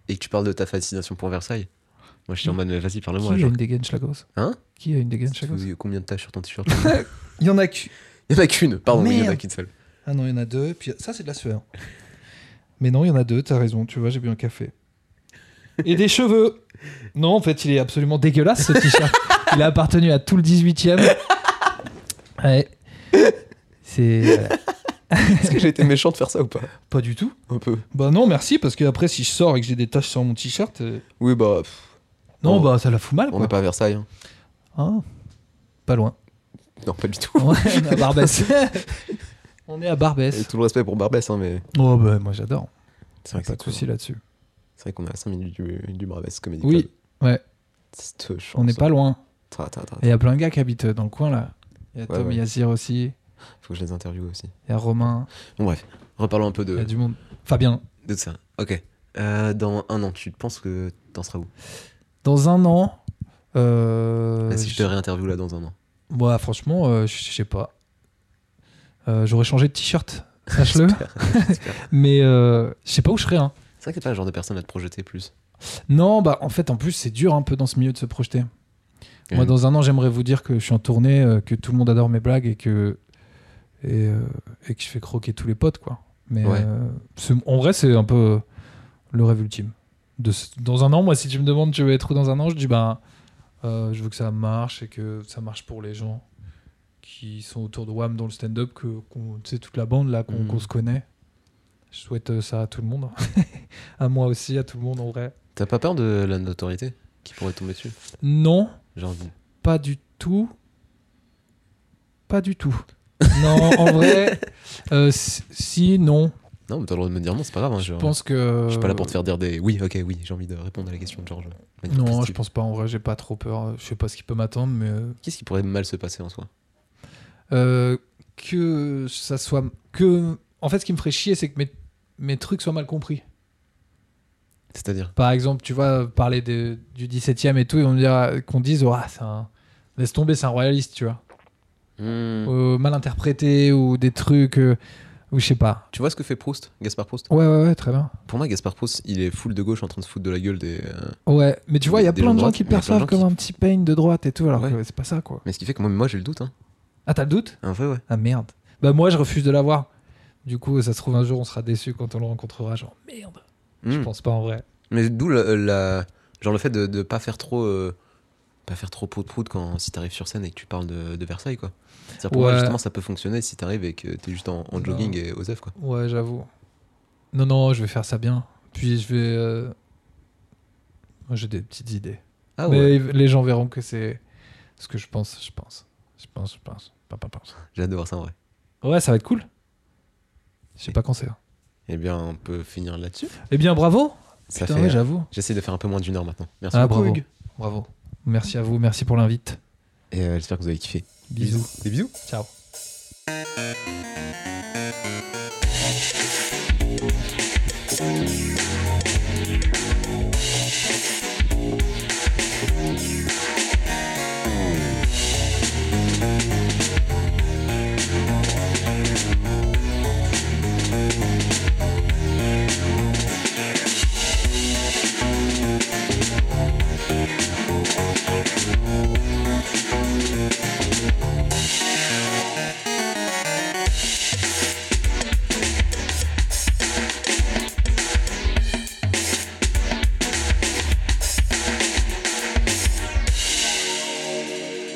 C: et que tu parles de ta fascination pour Versailles, moi je suis en mode, mais vas-y, parle-moi.
B: Qui a
C: genre.
B: une dégaine Schlagos
C: Hein
B: Qui a une dégaine Schlagos
C: Tu- Combien de taches sur ton t-shirt
B: Il y en a que.
C: Il y en a qu'une, pardon, oui, il y en a
B: Merde.
C: qu'une seule.
B: Ah non, il y en a deux, puis ça, c'est de la sueur. Mais non, il y en a deux, t'as raison, tu vois, j'ai bu un café. Et des cheveux Non, en fait, il est absolument dégueulasse ce t-shirt. il a appartenu à tout le 18 e Ouais. C'est. euh,
C: Est-ce que j'ai été méchant de faire ça ou pas
B: pas du tout.
C: Un peu.
B: Bah non, merci, parce que après, si je sors et que j'ai des taches sur mon t-shirt. euh,
C: Oui, bah, pff,
B: Non,
C: Oh.
B: bah ça la fout mal,
C: on
B: quoi.
C: n'est pas à Versailles. hein.
B: Hein pas loin.
C: Non, pas du tout.
B: Ouais, on est à Barbès. on est à
C: Et
B: Barbès.
C: tout le respect pour Barbès, hein, mais
B: Oh, bah moi j'adore.
C: c'est vrai que
B: Pas
C: c'est
B: de
C: cool.
B: souci là-dessus.
C: C'est vrai qu'on est à 5 minutes du, du Barbès Comedy
B: Oui,
C: Club.
B: ouais.
C: Cette chance.
B: On n'est pas loin.
C: Attends, attends, attends,
B: Et Il y a plein de gars qui habitent dans le coin là. Il y a
C: Ouais,
B: Tom,
C: ouais.
B: il y a Zir aussi,
C: faut que je les interviewe aussi.
B: il y a Romain,
C: Bon, bref, reparlons un peu
B: il y
C: de,
B: a du monde. Fabien,
C: de ça. Ok. Euh, dans un an, tu penses que t'en seras où
B: dans un an. euh,
C: Ah, Si je te réinterviewe là dans un an.
B: Moi, franchement, euh, je je sais pas. Euh, J'aurais changé de t-shirt, sache-le. Mais euh, je sais pas où je serais. hein.
C: C'est vrai que t'es pas le genre de personne à te projeter plus.
B: Non, bah en fait, en plus, c'est dur un peu dans ce milieu de se projeter. Moi,
C: Ouais.
B: dans un an, j'aimerais vous dire que je suis en tournée, euh, que tout le monde adore mes blagues et que, et, euh, et que je fais croquer tous les potes, quoi. Mais
C: Ouais.
B: euh, c'est- en vrai, c'est un peu le rêve ultime. De, ce- dans un an, moi, si tu me demandes tu veux être où dans un an, je dis ben, euh, je veux que ça marche et que ça marche pour les gens qui sont autour de WAM dans le stand-up, que qu'on- tu sais, toute la bande là, qu'on
C: Mhm.
B: qu'on se connaît. Je souhaite euh, ça à tout le monde, à moi aussi, à tout le monde en vrai.
C: T'as pas peur de la notoriété qui pourrait tomber dessus
B: Non,
C: Genre,
B: pas du tout. Pas du tout. Non, en vrai, euh, si- si, non.
C: non, mais t'as le droit de me dire non, c'est pas grave. hein,
B: je
C: genre,
B: pense que.
C: Je suis pas là pour te faire dire des oui, ok, oui, j'ai envie de répondre à la question de Georges. de manière
B: euh, Non,
C: positive.
B: je pense pas. En vrai, j'ai pas trop peur. Je sais pas ce qui peut m'attendre, mais. euh,
C: Qu'est-ce qui pourrait mal se passer en soi
B: euh, que ça soit. Que... En fait, ce qui me ferait chier, c'est que mes, mes trucs soient mal compris.
C: C'est-à-dire
B: Par exemple, tu vois, parler de- du 17 e et tout, et on me dira qu'on dise, ah, c'est un. Laisse tomber, c'est un royaliste, tu vois.
C: Hmm.
B: Euh, mal interprété ou des trucs. euh, ou je sais pas.
C: Tu vois ce que fait Proust Gaspard Proust
B: Ouais, ouais, ouais, très bien.
C: Pour moi, Gaspard Proust, il est full de gauche en train de se foutre de la gueule des. euh,
B: Ouais, mais tu vois, il y a
C: Des
B: plein
C: gens
B: de
C: de
B: gens
C: droite,
B: qui
C: mais il y a plein de
B: perçoivent
C: gens
B: comme
C: qui-
B: un petit peigne de droite et tout, alors
C: Ouais.
B: que c'est pas ça, quoi.
C: Mais ce qui fait que moi, moi j'ai le doute. Hein.
B: Ah, t'as le doute
C: Un vrai, ouais.
B: Ah merde. Bah, moi, je refuse de l'avoir. Du coup, ça se trouve, un jour, on sera déçu quand on le rencontrera. Genre, merde, je
C: Hmm.
B: pense pas en vrai.
C: Mais d'où la, la- genre le fait de, de pas faire trop euh, pas faire trop prout prout quand si t'arrives sur scène et que tu parles de, de Versailles quoi. C'est-à-dire pour
B: Ouais.
C: moi justement ça peut fonctionner si t'arrives et que t'es juste en, en
B: Non.
C: jogging et aux œufs quoi.
B: Ouais, j'avoue. Non, non, je vais faire ça bien. Puis, je vais. euh, Moi, j'ai des petites idées.
C: Ah ouais.
B: mais les gens verront que c'est ce que je pense, je pense. Je pense, je pense. Pas, pas, pense.
C: J'ai hâte de voir ça en vrai.
B: Ouais, ça va être cool. Je sais pas quand c'est. hein.
C: Eh bien on peut finir là-dessus.
B: Eh bien, bravo
C: Ça
B: Putain,
C: fait-
B: ouais, j'avoue.
C: J'essaie de faire un peu moins d'une heure maintenant. Merci
B: Ah,
C: beaucoup
B: bravo.
C: Hugues.
B: Bravo. Merci à vous, merci pour l'invite.
C: Et euh, j'espère que vous avez kiffé.
B: Bisous.
C: Des bisous.
B: Ciao.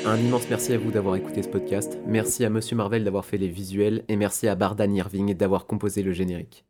A: Un immense merci à vous d'avoir écouté ce podcast. Merci à Monsieur Marvel d'avoir fait les visuels et merci à Bardan Irving d'avoir composé le générique.